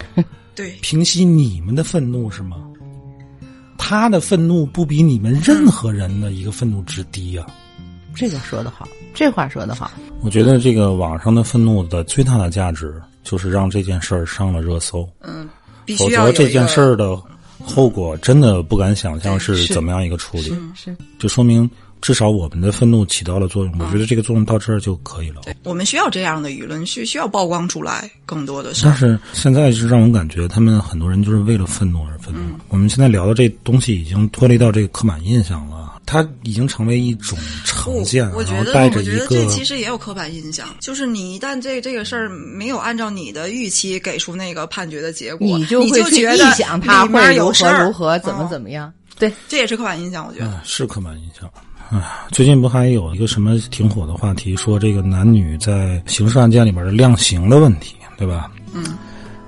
[SPEAKER 3] 对，
[SPEAKER 1] 平息你们的愤怒是吗？他的愤怒不比你们任何人的一个愤怒之低啊！
[SPEAKER 2] 这个说的好，这话说的好。
[SPEAKER 1] 我觉得这个网上的愤怒的最大的价值就是让这件事儿上了热搜。
[SPEAKER 3] 嗯，必
[SPEAKER 1] 否
[SPEAKER 3] 须要
[SPEAKER 1] 则
[SPEAKER 3] 有
[SPEAKER 1] 这
[SPEAKER 3] 一
[SPEAKER 1] 件
[SPEAKER 3] 个
[SPEAKER 1] 事儿的后果真的不敢想象
[SPEAKER 3] 嗯
[SPEAKER 1] 是
[SPEAKER 2] 是
[SPEAKER 1] 怎么样一个处理，
[SPEAKER 2] 是
[SPEAKER 1] 就说明至少我们的愤怒起到了
[SPEAKER 3] 嗯
[SPEAKER 1] 作用。我觉得这个作用到这儿就可以了。
[SPEAKER 3] 我们需要这样的舆论，需需要曝光出来更多的事
[SPEAKER 1] 但
[SPEAKER 3] 儿。
[SPEAKER 1] 是现在是让我感觉他们很多人就是为了愤怒而愤怒。
[SPEAKER 3] 嗯
[SPEAKER 1] 我们现在聊的这东西已经脱离到这个刻板印象了，它已经成为一种
[SPEAKER 3] 不
[SPEAKER 1] 成见，啊
[SPEAKER 3] 我觉
[SPEAKER 1] 然后
[SPEAKER 3] 得，
[SPEAKER 1] 带
[SPEAKER 3] 我
[SPEAKER 1] 着
[SPEAKER 3] 觉
[SPEAKER 1] 一
[SPEAKER 3] 得
[SPEAKER 1] 个
[SPEAKER 3] 这其实也有刻板印象，就是你一旦这这个事儿没有按照你的预期给出那个判决的结果，
[SPEAKER 2] 你
[SPEAKER 3] 你
[SPEAKER 2] 就会去
[SPEAKER 3] 觉得
[SPEAKER 2] 臆想他
[SPEAKER 3] 里面
[SPEAKER 2] 会如
[SPEAKER 3] 有事
[SPEAKER 2] 何
[SPEAKER 3] 儿
[SPEAKER 2] 如何，怎么
[SPEAKER 3] 嗯
[SPEAKER 2] 怎么样。对，
[SPEAKER 3] 这也是刻板印象，我觉得。
[SPEAKER 1] 啊是刻板印象。啊，最近不还有一个什么挺火的话题，说这个男女在刑事案件里面的量刑的问题，对吧？嗯，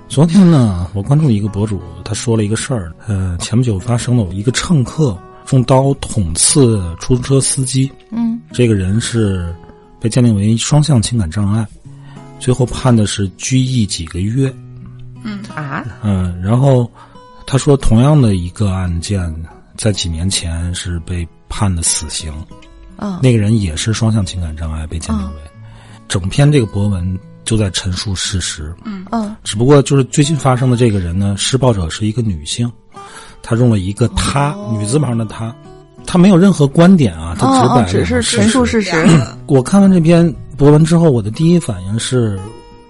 [SPEAKER 1] 昨天呢，我关注一个博主，他说了一个事儿，呃，前不久发生了一个乘客用刀捅刺出租车司机，
[SPEAKER 2] 嗯，
[SPEAKER 1] 这个人是被鉴定为双向情感障碍，最后判的是拘役几个月。
[SPEAKER 2] 啊，
[SPEAKER 1] 嗯，然后他说，同样的一个案件，在几年前是被判的死刑，
[SPEAKER 2] 啊
[SPEAKER 1] 那个人也是双向情感障碍被鉴定为。
[SPEAKER 2] 嗯
[SPEAKER 1] 整篇这个博文就在陈述事实，
[SPEAKER 2] 嗯
[SPEAKER 1] 只不过就是最近发生的这个人呢，施暴者是一个女性，她用了一个“她”女字旁的“她”，她没有任何观点啊，她
[SPEAKER 2] 哦
[SPEAKER 1] 摆
[SPEAKER 2] 哦，
[SPEAKER 1] 了
[SPEAKER 2] 只
[SPEAKER 1] 一
[SPEAKER 2] 是
[SPEAKER 1] 个
[SPEAKER 2] 陈述事实
[SPEAKER 3] 两。个
[SPEAKER 1] 我看完这篇博文之后，我的第一反应是，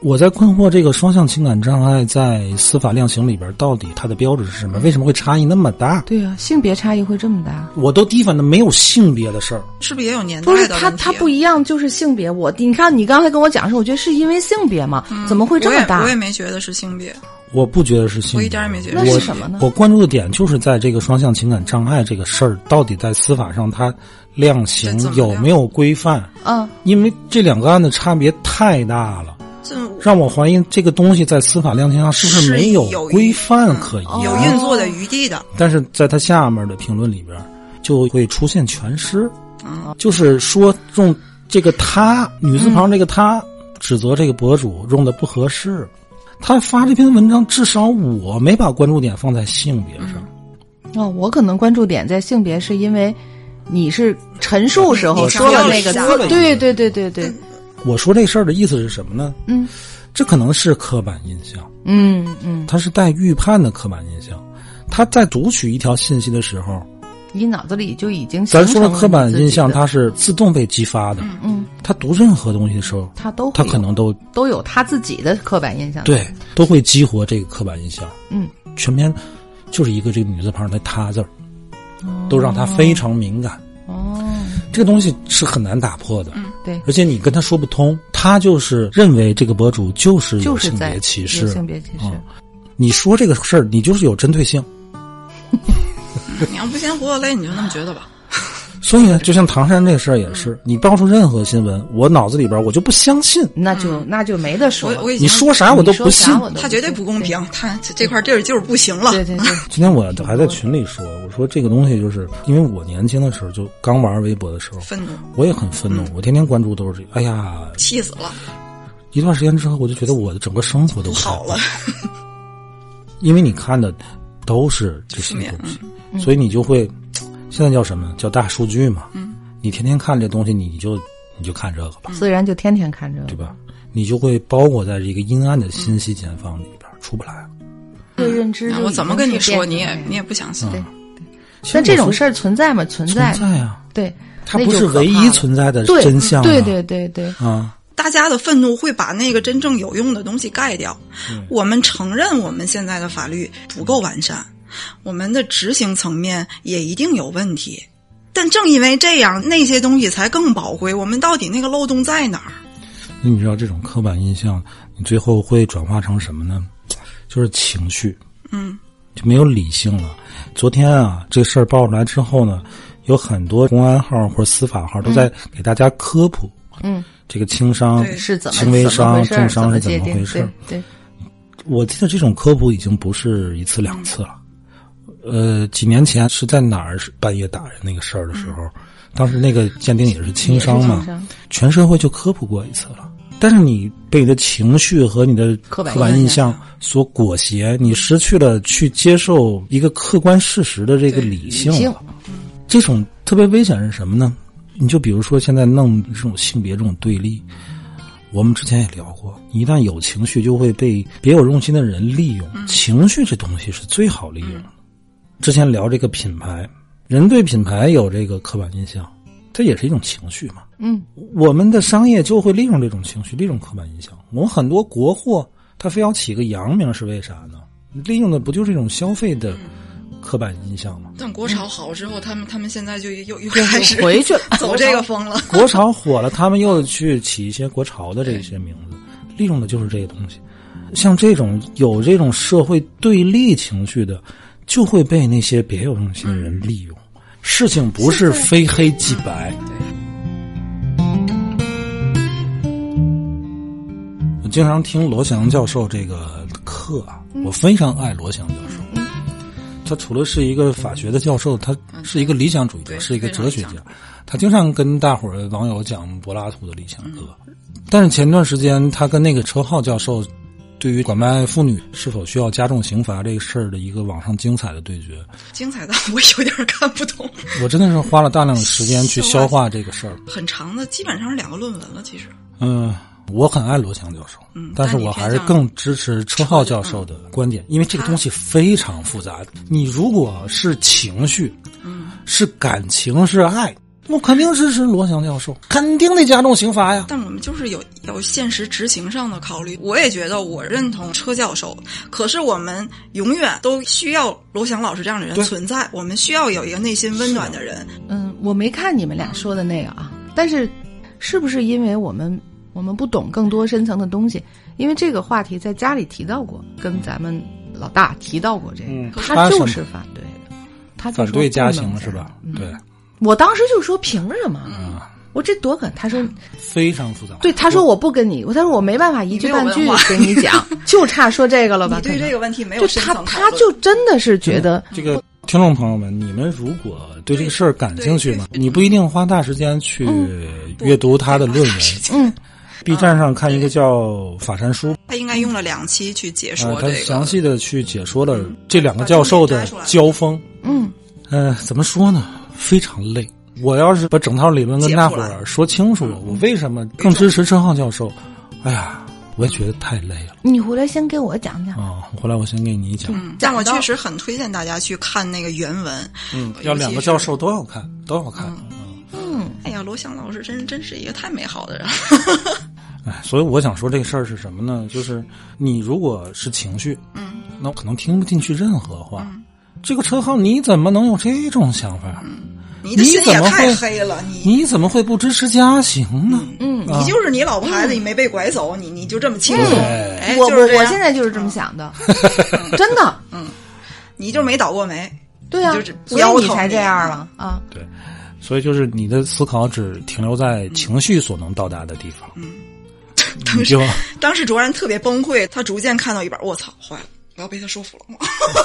[SPEAKER 1] 我在困惑这个双向情感障碍在司法量刑里边到底它的标准是什么？为什么会差异那么大？
[SPEAKER 2] 对呀、性别差异会这么大？
[SPEAKER 1] 我都第一反应没有性别的事儿，
[SPEAKER 3] 是不是也有年代
[SPEAKER 2] 不是
[SPEAKER 3] 的
[SPEAKER 2] 他，
[SPEAKER 3] 问题
[SPEAKER 2] 他
[SPEAKER 3] 啊
[SPEAKER 2] 不一样，就是性别。我你看，你刚才跟我讲说，我觉得是因为性别嘛，怎么会这么
[SPEAKER 3] 我
[SPEAKER 2] 大
[SPEAKER 3] 也嗯我？也没觉得是性别，
[SPEAKER 1] 我不觉得是性别，
[SPEAKER 3] 我一点儿也没觉得
[SPEAKER 2] 那
[SPEAKER 3] 我
[SPEAKER 2] 是什么呢？
[SPEAKER 1] 我关注的点就是在这个双向情感障碍这个事儿，到底在司法上它量刑
[SPEAKER 3] 对怎么
[SPEAKER 1] 有
[SPEAKER 3] 量
[SPEAKER 1] 没有规范？
[SPEAKER 2] 嗯，
[SPEAKER 1] 因为这两个案的差别太大了，
[SPEAKER 3] 这
[SPEAKER 1] 让我怀疑这个东西在司法量刑上是不
[SPEAKER 3] 是
[SPEAKER 1] 没有
[SPEAKER 3] 有哦
[SPEAKER 1] 规范可
[SPEAKER 2] 哦
[SPEAKER 1] 言。
[SPEAKER 3] 有运作的余地的。
[SPEAKER 1] 但是在他下面的评论里边儿，就会出现全尸，
[SPEAKER 2] 哦
[SPEAKER 1] 就是说用这个他女字旁这个他、指责这个博主用的不合适。他发这篇文章，至少我没把关注点放在性别上。
[SPEAKER 2] 哦，我可能关注点在性别，是因为你是陈述时候
[SPEAKER 3] 你
[SPEAKER 2] 说了那个
[SPEAKER 3] 强
[SPEAKER 2] 词
[SPEAKER 3] 调了一下，
[SPEAKER 2] 对对对对对，
[SPEAKER 1] 我说这事儿的意思是什么呢？
[SPEAKER 2] 嗯，
[SPEAKER 1] 这可能是刻板印象，
[SPEAKER 2] 嗯嗯，
[SPEAKER 1] 它是带预判的刻板印象。他在读取一条信息的时候，
[SPEAKER 2] 你脑子里就已经
[SPEAKER 1] 咱
[SPEAKER 2] 形
[SPEAKER 1] 说
[SPEAKER 2] 成
[SPEAKER 1] 的
[SPEAKER 2] 了
[SPEAKER 1] 刻板
[SPEAKER 2] 你自己
[SPEAKER 1] 印象，
[SPEAKER 2] 的
[SPEAKER 1] 它是自动被激发的。
[SPEAKER 2] 嗯，
[SPEAKER 1] 他读任何东西的时候，
[SPEAKER 2] 他都
[SPEAKER 1] 他
[SPEAKER 2] 会
[SPEAKER 1] 可
[SPEAKER 2] 有
[SPEAKER 1] 能都
[SPEAKER 2] 都有他自己的刻板印象，，
[SPEAKER 1] 对，都会激活这个刻板印象。
[SPEAKER 2] 嗯，
[SPEAKER 1] 全篇就是一个这个女字旁的“她”字儿，都让她非常敏感。
[SPEAKER 2] 哦，
[SPEAKER 1] 这个东西是很难打破的，
[SPEAKER 2] 对，
[SPEAKER 1] 而且你跟她说不通，她就是认为这个博主就是有
[SPEAKER 2] 就是
[SPEAKER 1] 性
[SPEAKER 2] 在
[SPEAKER 1] 别歧视
[SPEAKER 2] 有。性别歧视，
[SPEAKER 1] 嗯你说这个事儿，你就是有针对性。
[SPEAKER 3] 你要不先活得累，你就那么觉得吧。
[SPEAKER 1] 所以呢，就像唐山这事儿也是，你爆出任何新闻，我脑子里边我就不相信，
[SPEAKER 2] 那就那就没
[SPEAKER 3] 嗯
[SPEAKER 2] 得
[SPEAKER 3] 我
[SPEAKER 2] 说了，
[SPEAKER 3] 我已
[SPEAKER 1] 你
[SPEAKER 3] 经
[SPEAKER 1] 说啥我都不信
[SPEAKER 2] 你说啥。我都
[SPEAKER 3] 他绝对不公平，他这这块地儿就是不行了。
[SPEAKER 2] 对对 对，
[SPEAKER 1] 今天我还在群里说，我说这个东西就是因为我年轻的时候就刚玩微博的时候，
[SPEAKER 3] 愤怒，
[SPEAKER 1] 我也很愤怒，我天天关注都是这个。哎呀，
[SPEAKER 3] 气死了，
[SPEAKER 1] 一段时间之后，我就觉得我的整个生活都
[SPEAKER 3] 不
[SPEAKER 1] 不太
[SPEAKER 3] 好了，
[SPEAKER 1] 因为你看的都是这些东西，所以你就会现在叫什么叫大数据嘛？你天天看这东西，你就你就看这个吧，
[SPEAKER 2] 自然就天天看着
[SPEAKER 1] 对吧？你就会包裹在这个阴暗的信息茧房里边出不来了。
[SPEAKER 2] 对认知
[SPEAKER 3] 啊
[SPEAKER 2] 就
[SPEAKER 3] 我
[SPEAKER 2] 已
[SPEAKER 3] 怎么
[SPEAKER 2] 经
[SPEAKER 3] 跟
[SPEAKER 2] 是
[SPEAKER 3] 你说，
[SPEAKER 2] 变
[SPEAKER 3] 你
[SPEAKER 2] 成
[SPEAKER 3] 也
[SPEAKER 2] 那样
[SPEAKER 3] 你也不相信。
[SPEAKER 2] 对但这种事
[SPEAKER 1] 儿
[SPEAKER 2] 儿存在吗？存
[SPEAKER 1] 存
[SPEAKER 2] 在，
[SPEAKER 1] 在啊，
[SPEAKER 2] 对，
[SPEAKER 1] 它
[SPEAKER 2] 那
[SPEAKER 1] 不
[SPEAKER 2] 就是可
[SPEAKER 1] 唯
[SPEAKER 2] 怕
[SPEAKER 1] 一
[SPEAKER 2] 了
[SPEAKER 1] 存在的
[SPEAKER 2] 对
[SPEAKER 1] 真相、啊
[SPEAKER 2] 对对对对，
[SPEAKER 1] 啊，
[SPEAKER 3] 大家的愤怒会把那个真正有用的东西盖掉。我们承认我们现在的法律不够完善，我们的执行层面也一定有问题。但正因为这样，那些东西才更宝贵。我们到底那个漏洞在哪儿？
[SPEAKER 2] 嗯
[SPEAKER 1] 那你知道这种刻板印象，你最后会转化成什么呢？就是情绪。
[SPEAKER 3] 嗯，
[SPEAKER 1] 就没有理性了。昨天啊，这事儿爆出来之后呢，有很多公安号或者司法号都在给大家科普，
[SPEAKER 2] 嗯，
[SPEAKER 1] 这个轻伤
[SPEAKER 3] 对
[SPEAKER 2] 是怎么
[SPEAKER 1] 轻微
[SPEAKER 2] 怎么
[SPEAKER 1] 伤、
[SPEAKER 2] 回事
[SPEAKER 1] 重
[SPEAKER 2] 儿？
[SPEAKER 1] 伤是怎
[SPEAKER 2] 界
[SPEAKER 1] 么
[SPEAKER 2] 定
[SPEAKER 1] 回事儿？？
[SPEAKER 2] 对对，
[SPEAKER 1] 我记得这种科普已经不是一次两次了。呃，几年前是在哪儿是半夜打人那个事儿的时候，当时那个鉴定也是轻伤
[SPEAKER 2] 也是
[SPEAKER 1] 嘛
[SPEAKER 2] 轻伤，
[SPEAKER 1] 全社会就科普过一次了。但是你被你的情绪和你的刻
[SPEAKER 2] 刻板
[SPEAKER 1] 板印
[SPEAKER 2] 印
[SPEAKER 1] 象所裹挟，你失去了去接受一个客观事实的这个理性
[SPEAKER 2] 理性
[SPEAKER 1] 了。这种特别危险是什么呢？你就比如说现在弄这种性别这种对立，我们之前也聊过，你一旦有情绪，就会被别有用心的人利用。
[SPEAKER 2] 嗯
[SPEAKER 1] 情绪这东西是最好利用的。之前聊这个品牌，人对品牌有这个刻板印象，这也是一种情绪嘛。
[SPEAKER 2] 嗯，
[SPEAKER 1] 我们的商业就会利用这种情绪，利用刻板印象。我们很多国货，它非要起个洋名，是为啥呢？利用的不就是这种消费的刻板印象吗？
[SPEAKER 3] 等国潮好之后，他们他们现在就又又
[SPEAKER 2] 就
[SPEAKER 3] 开始
[SPEAKER 2] 回去了
[SPEAKER 3] 走这个风了。
[SPEAKER 1] 国潮火了，他们又去起一些国潮的这些名字，利用的就是这些东西。像这种有这种社会对立情绪的，就会被那些别有用心的人利用。事情不是非黑即白。我经常听罗翔教授这个特啊，
[SPEAKER 3] 嗯
[SPEAKER 1] 我非常爱罗翔教授。他除了是一个法学的教授，他是一个理想主义者，
[SPEAKER 3] 对
[SPEAKER 1] 是一个
[SPEAKER 3] 非常
[SPEAKER 1] 哲学
[SPEAKER 3] 理
[SPEAKER 1] 家
[SPEAKER 3] 想。
[SPEAKER 1] 他经常跟大伙儿网友讲柏拉图的理想歌。
[SPEAKER 3] 嗯
[SPEAKER 1] 但是前段时间，他跟那个车浩教授对于拐卖妇女是否需要加重刑罚这个事儿的一个网上精彩的对决，
[SPEAKER 3] 精彩到我有点看不懂，
[SPEAKER 1] 我真的是花了大量的时间去消化这个事儿。
[SPEAKER 3] 很长的，基本上是两个论文了。其实，
[SPEAKER 1] 嗯，我很爱罗翔教授，
[SPEAKER 3] 嗯
[SPEAKER 1] 但是我还是更支持车浩教授的观
[SPEAKER 2] 嗯
[SPEAKER 1] 点，因为这个东西非常复杂。你如果是情绪，
[SPEAKER 2] 嗯
[SPEAKER 1] 是感情，是爱，我肯定支持罗翔教授，肯定得加重刑罚呀。
[SPEAKER 3] 但我们就是有有现实执行上的考虑。我也觉得我认同车教授，可是我们永远都需要罗翔老师这样的人
[SPEAKER 1] 对
[SPEAKER 3] 存在，我们需要有一个内心温暖的人。
[SPEAKER 2] 嗯，我没看你们俩说的那个啊，但是是不是因为我们我们不懂更多深层的东西？因为这个话题在家里提到过，跟咱们老大提到过这个，
[SPEAKER 1] 嗯
[SPEAKER 2] 他
[SPEAKER 1] 他什
[SPEAKER 2] 就
[SPEAKER 1] 么
[SPEAKER 2] 是反对的，他就
[SPEAKER 1] 反
[SPEAKER 2] 说
[SPEAKER 1] 对加
[SPEAKER 2] 不能
[SPEAKER 1] 刑
[SPEAKER 2] 加
[SPEAKER 1] 是吧？嗯
[SPEAKER 2] 嗯
[SPEAKER 1] 对，
[SPEAKER 2] 我当时就说凭什么？我这多狠！他说
[SPEAKER 1] 非常复杂。
[SPEAKER 2] 对，他说我不跟你，他说我没办法一句半
[SPEAKER 3] 你没
[SPEAKER 2] 句
[SPEAKER 3] 有文化
[SPEAKER 2] 给你讲， 就差说这个了吧？
[SPEAKER 3] 你对
[SPEAKER 2] 可能
[SPEAKER 3] 这个问题没有
[SPEAKER 2] 啊就
[SPEAKER 3] 深
[SPEAKER 2] 他
[SPEAKER 3] 层讨
[SPEAKER 2] 他
[SPEAKER 3] 论嗯
[SPEAKER 2] 就真的是觉得
[SPEAKER 1] 这个听众朋友们，你们如果对这个事儿感兴趣呢，
[SPEAKER 3] 对对嗯
[SPEAKER 1] 你不一定花大时间去阅读他的论文。
[SPEAKER 2] 嗯
[SPEAKER 1] B 站上看一个叫《法善书》，
[SPEAKER 3] 他应该用了两期去解
[SPEAKER 1] 呃
[SPEAKER 3] 说，
[SPEAKER 1] 他
[SPEAKER 3] 这
[SPEAKER 1] 详
[SPEAKER 3] 个。嗯
[SPEAKER 1] 细的去解说了这两个教授的交锋。
[SPEAKER 2] 嗯，
[SPEAKER 1] 呃，怎么说呢？非常累。我要是把整套理论跟大伙
[SPEAKER 3] 解出嗯
[SPEAKER 1] 儿说清楚，我为什么更支持陈浩教授？哎呀，我也觉得太累了
[SPEAKER 2] 你回来先给我讲讲。
[SPEAKER 1] 啊！回来我先给你讲，
[SPEAKER 3] 嗯但我确实很推荐大家去看那个原文。
[SPEAKER 1] 嗯
[SPEAKER 3] 尤其
[SPEAKER 1] 要两个
[SPEAKER 3] 是
[SPEAKER 1] 教授都要看，都要看。
[SPEAKER 3] 嗯哎呀，罗翔老师真真是一个太美好的人。
[SPEAKER 1] 哎，所以我想说这个事儿是什么呢？就是你如果是情绪，
[SPEAKER 3] 嗯，
[SPEAKER 1] 那我可能听不进去任何话。这个车浩，你怎么能有这种想法？
[SPEAKER 3] 你的
[SPEAKER 1] 你
[SPEAKER 3] 心
[SPEAKER 1] 怎
[SPEAKER 3] 也
[SPEAKER 1] 么
[SPEAKER 3] 太
[SPEAKER 1] 会
[SPEAKER 3] 黑了，你
[SPEAKER 1] 你怎么会不支持加刑呢？
[SPEAKER 2] 嗯，
[SPEAKER 3] 你就是你老婆孩子，你没被拐走，你你就这么轻松？
[SPEAKER 1] 嗯
[SPEAKER 3] 哎，
[SPEAKER 2] 我
[SPEAKER 3] 就是
[SPEAKER 2] 我
[SPEAKER 3] 这样嗯
[SPEAKER 2] 我现在就是这么想 的，真的。
[SPEAKER 3] 你就没倒过霉，
[SPEAKER 2] 对啊
[SPEAKER 3] 你就是，不
[SPEAKER 2] 所以
[SPEAKER 3] 腰
[SPEAKER 2] 你
[SPEAKER 3] 疼
[SPEAKER 2] 才
[SPEAKER 3] 你
[SPEAKER 2] 这样了
[SPEAKER 3] 嗯
[SPEAKER 2] 啊。
[SPEAKER 1] 所以就是你的思考只停留在情绪所能到达的地方，你就
[SPEAKER 3] 嗯 当时卓然特别崩溃，他逐渐看到一半，我操，坏了，我要被他说服了。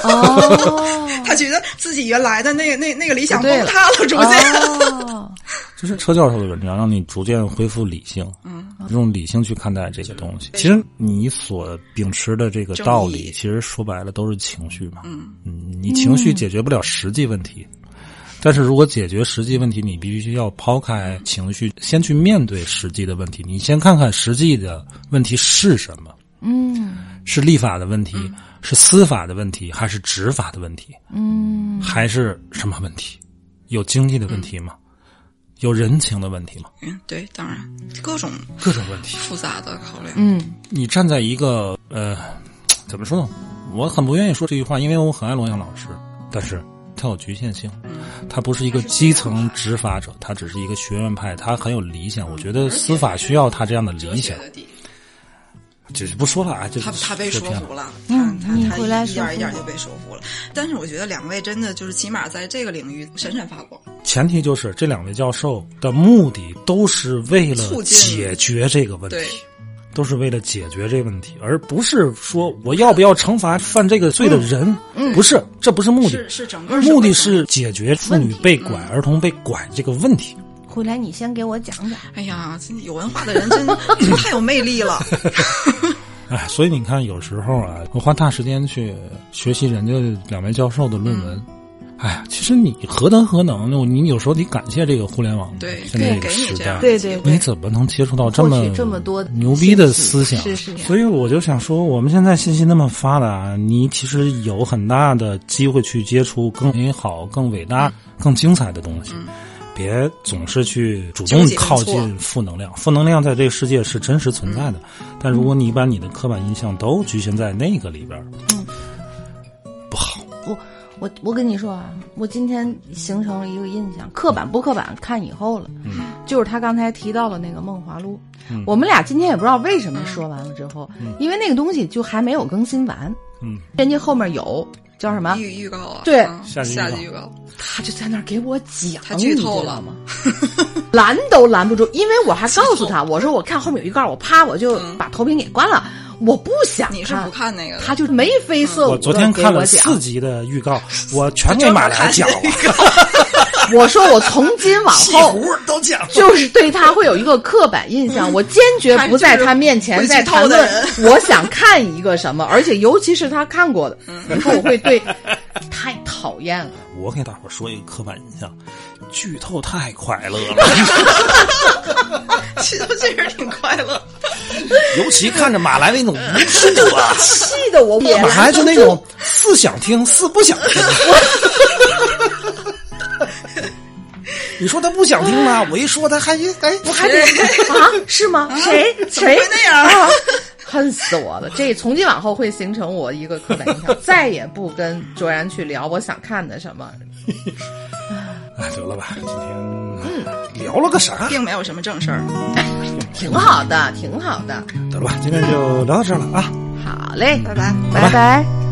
[SPEAKER 2] 哦，
[SPEAKER 3] 他觉得自己原来的那个那那个理想
[SPEAKER 2] 不对
[SPEAKER 3] 崩
[SPEAKER 2] 了
[SPEAKER 3] 塌了，逐渐。
[SPEAKER 2] 哦，
[SPEAKER 1] 就是车教授的文章，让你逐渐恢复理性，嗯，用理性去看待这些东西。其实你所秉持的这个道
[SPEAKER 3] 正
[SPEAKER 1] 理，
[SPEAKER 3] 义
[SPEAKER 1] 其实说白了都是情绪嘛，嗯你情绪解决不了实际问题，但是如果解决实际问题，你必须要抛开情绪，先去面对实际的问题，你先看看实际的问题是什么。
[SPEAKER 2] 嗯
[SPEAKER 1] 是立法的问题，是司法的问题，还是执法的问题，
[SPEAKER 2] 嗯，
[SPEAKER 1] 还是什么问题？有经济的问题吗？有人情的问题吗？
[SPEAKER 3] 嗯，对，当然各种
[SPEAKER 1] 各种问题。
[SPEAKER 3] 复杂的考量。
[SPEAKER 2] 嗯
[SPEAKER 1] 你站在一个呃，怎么说呢？我很不愿意说这句话，因为我很爱罗翔老师，但是他有局限性，他不是一个基层执法者，他只是一个学院派，他很有理想。我觉得司法需要他这样的理想。
[SPEAKER 3] 地，
[SPEAKER 1] 只是不说了啊，这
[SPEAKER 3] 他他被
[SPEAKER 1] 说
[SPEAKER 3] 说
[SPEAKER 1] 偏了
[SPEAKER 3] 服了，
[SPEAKER 2] 嗯
[SPEAKER 3] 他
[SPEAKER 2] 你
[SPEAKER 3] 他
[SPEAKER 2] 回
[SPEAKER 3] 他
[SPEAKER 2] 来
[SPEAKER 3] 一
[SPEAKER 2] 说
[SPEAKER 3] 点一点
[SPEAKER 2] 服
[SPEAKER 3] 就被说服了。但是我觉得两位真的就是起码在这个领域闪闪发光。
[SPEAKER 1] 前提就是这两位教授的目的都是为了
[SPEAKER 3] 促进
[SPEAKER 1] 解决这个问题
[SPEAKER 3] 对，
[SPEAKER 1] 都是为了解决这个问题，而不是说我要不要惩罚犯这个罪的人，不是，这不是目的
[SPEAKER 3] 嗯是，是整个社会
[SPEAKER 1] 目的是解决妇女被
[SPEAKER 3] 嗯
[SPEAKER 1] 拐、儿童被拐这个问题。
[SPEAKER 2] 回来你先给我讲讲。
[SPEAKER 3] 哎呀，真有文化的 人真真太有魅力 了。
[SPEAKER 1] 哎，所以你看，有时候啊，我花大时间去学习人家两位教授的论
[SPEAKER 3] 嗯
[SPEAKER 1] 文。哎呀，其实你何德何能？你有时候得感谢这个互联网，
[SPEAKER 3] 对，
[SPEAKER 1] 现在这个
[SPEAKER 3] 给给
[SPEAKER 1] 时
[SPEAKER 3] 你这
[SPEAKER 1] 代
[SPEAKER 3] 样，
[SPEAKER 2] 对对
[SPEAKER 1] 你怎么能接触到这
[SPEAKER 2] 获
[SPEAKER 1] 么
[SPEAKER 2] 取这么多的
[SPEAKER 1] 牛逼的思想？
[SPEAKER 2] 信息是是
[SPEAKER 1] 所以我就想说，我们现在信息那么发达，你其实有很大的机会去接触更美好、更伟
[SPEAKER 2] 嗯
[SPEAKER 1] 大、更精彩的东西。别总是去主动
[SPEAKER 3] 纠结
[SPEAKER 1] 靠
[SPEAKER 3] 错
[SPEAKER 1] 近负能量，负能量在这个世界是真实存在的。
[SPEAKER 2] 嗯
[SPEAKER 1] 但如果你把你的刻板印象都局限在那个里边儿，
[SPEAKER 2] 我我我跟你说啊，我今天形成了一个印象，刻板不刻板看以后了。嗯，就是他刚才提到了那个梦华录，
[SPEAKER 1] 嗯
[SPEAKER 2] 我们俩今天也不知道为什么说完了之后，因为那个东西就还没有更新完，
[SPEAKER 1] 嗯，
[SPEAKER 2] 人家后面有叫什么，
[SPEAKER 3] 预预告啊，
[SPEAKER 2] 对
[SPEAKER 3] 嗯
[SPEAKER 1] 下
[SPEAKER 3] 下
[SPEAKER 1] 集预告
[SPEAKER 3] 集预告，
[SPEAKER 2] 他就在那儿给我讲，
[SPEAKER 3] 他剧透了
[SPEAKER 2] 吗？拦都拦不住，因为我还告诉他，我说我看后面有预告，我啪我就把投屏给关了。我不想看，
[SPEAKER 3] 嗯你是不看那个的
[SPEAKER 2] 他就眉飞色舞。
[SPEAKER 1] 我昨天看了四，集的预告，我全给买来 讲了，
[SPEAKER 2] 我说我从今往
[SPEAKER 1] 西
[SPEAKER 2] 后
[SPEAKER 1] 湖都讲了。
[SPEAKER 2] 就是对他会有一个刻板印象，我坚决不在他面前再谈论
[SPEAKER 3] 嗯他就是会去
[SPEAKER 2] 我想看一个什么，而且尤其是他看过的，
[SPEAKER 3] 嗯
[SPEAKER 2] 以后我会对 太讨 厌了。
[SPEAKER 1] 我给大伙儿说一个刻板印象，剧透太快乐了，
[SPEAKER 3] 其实这人挺快乐。
[SPEAKER 1] 尤其看着马来那种无助啊，
[SPEAKER 2] 气得我也
[SPEAKER 1] 马来就那种似想听似不想听。 你说他不想听吧，我一说他还哎，
[SPEAKER 2] 我还得啊？是吗？谁
[SPEAKER 3] 怎么
[SPEAKER 2] 谁
[SPEAKER 3] 会那样
[SPEAKER 2] 啊？恨死我了！这从今往后会形成我一个刻板印 象，再也不跟卓然去聊我想看的什么。
[SPEAKER 1] 哎得了吧，今天聊了个啥？
[SPEAKER 3] 并没有什么正事儿。
[SPEAKER 2] 挺好的，挺好的。
[SPEAKER 1] 得了吧，今天就聊到这儿了啊。
[SPEAKER 2] 好嘞，
[SPEAKER 3] 拜拜
[SPEAKER 2] 拜拜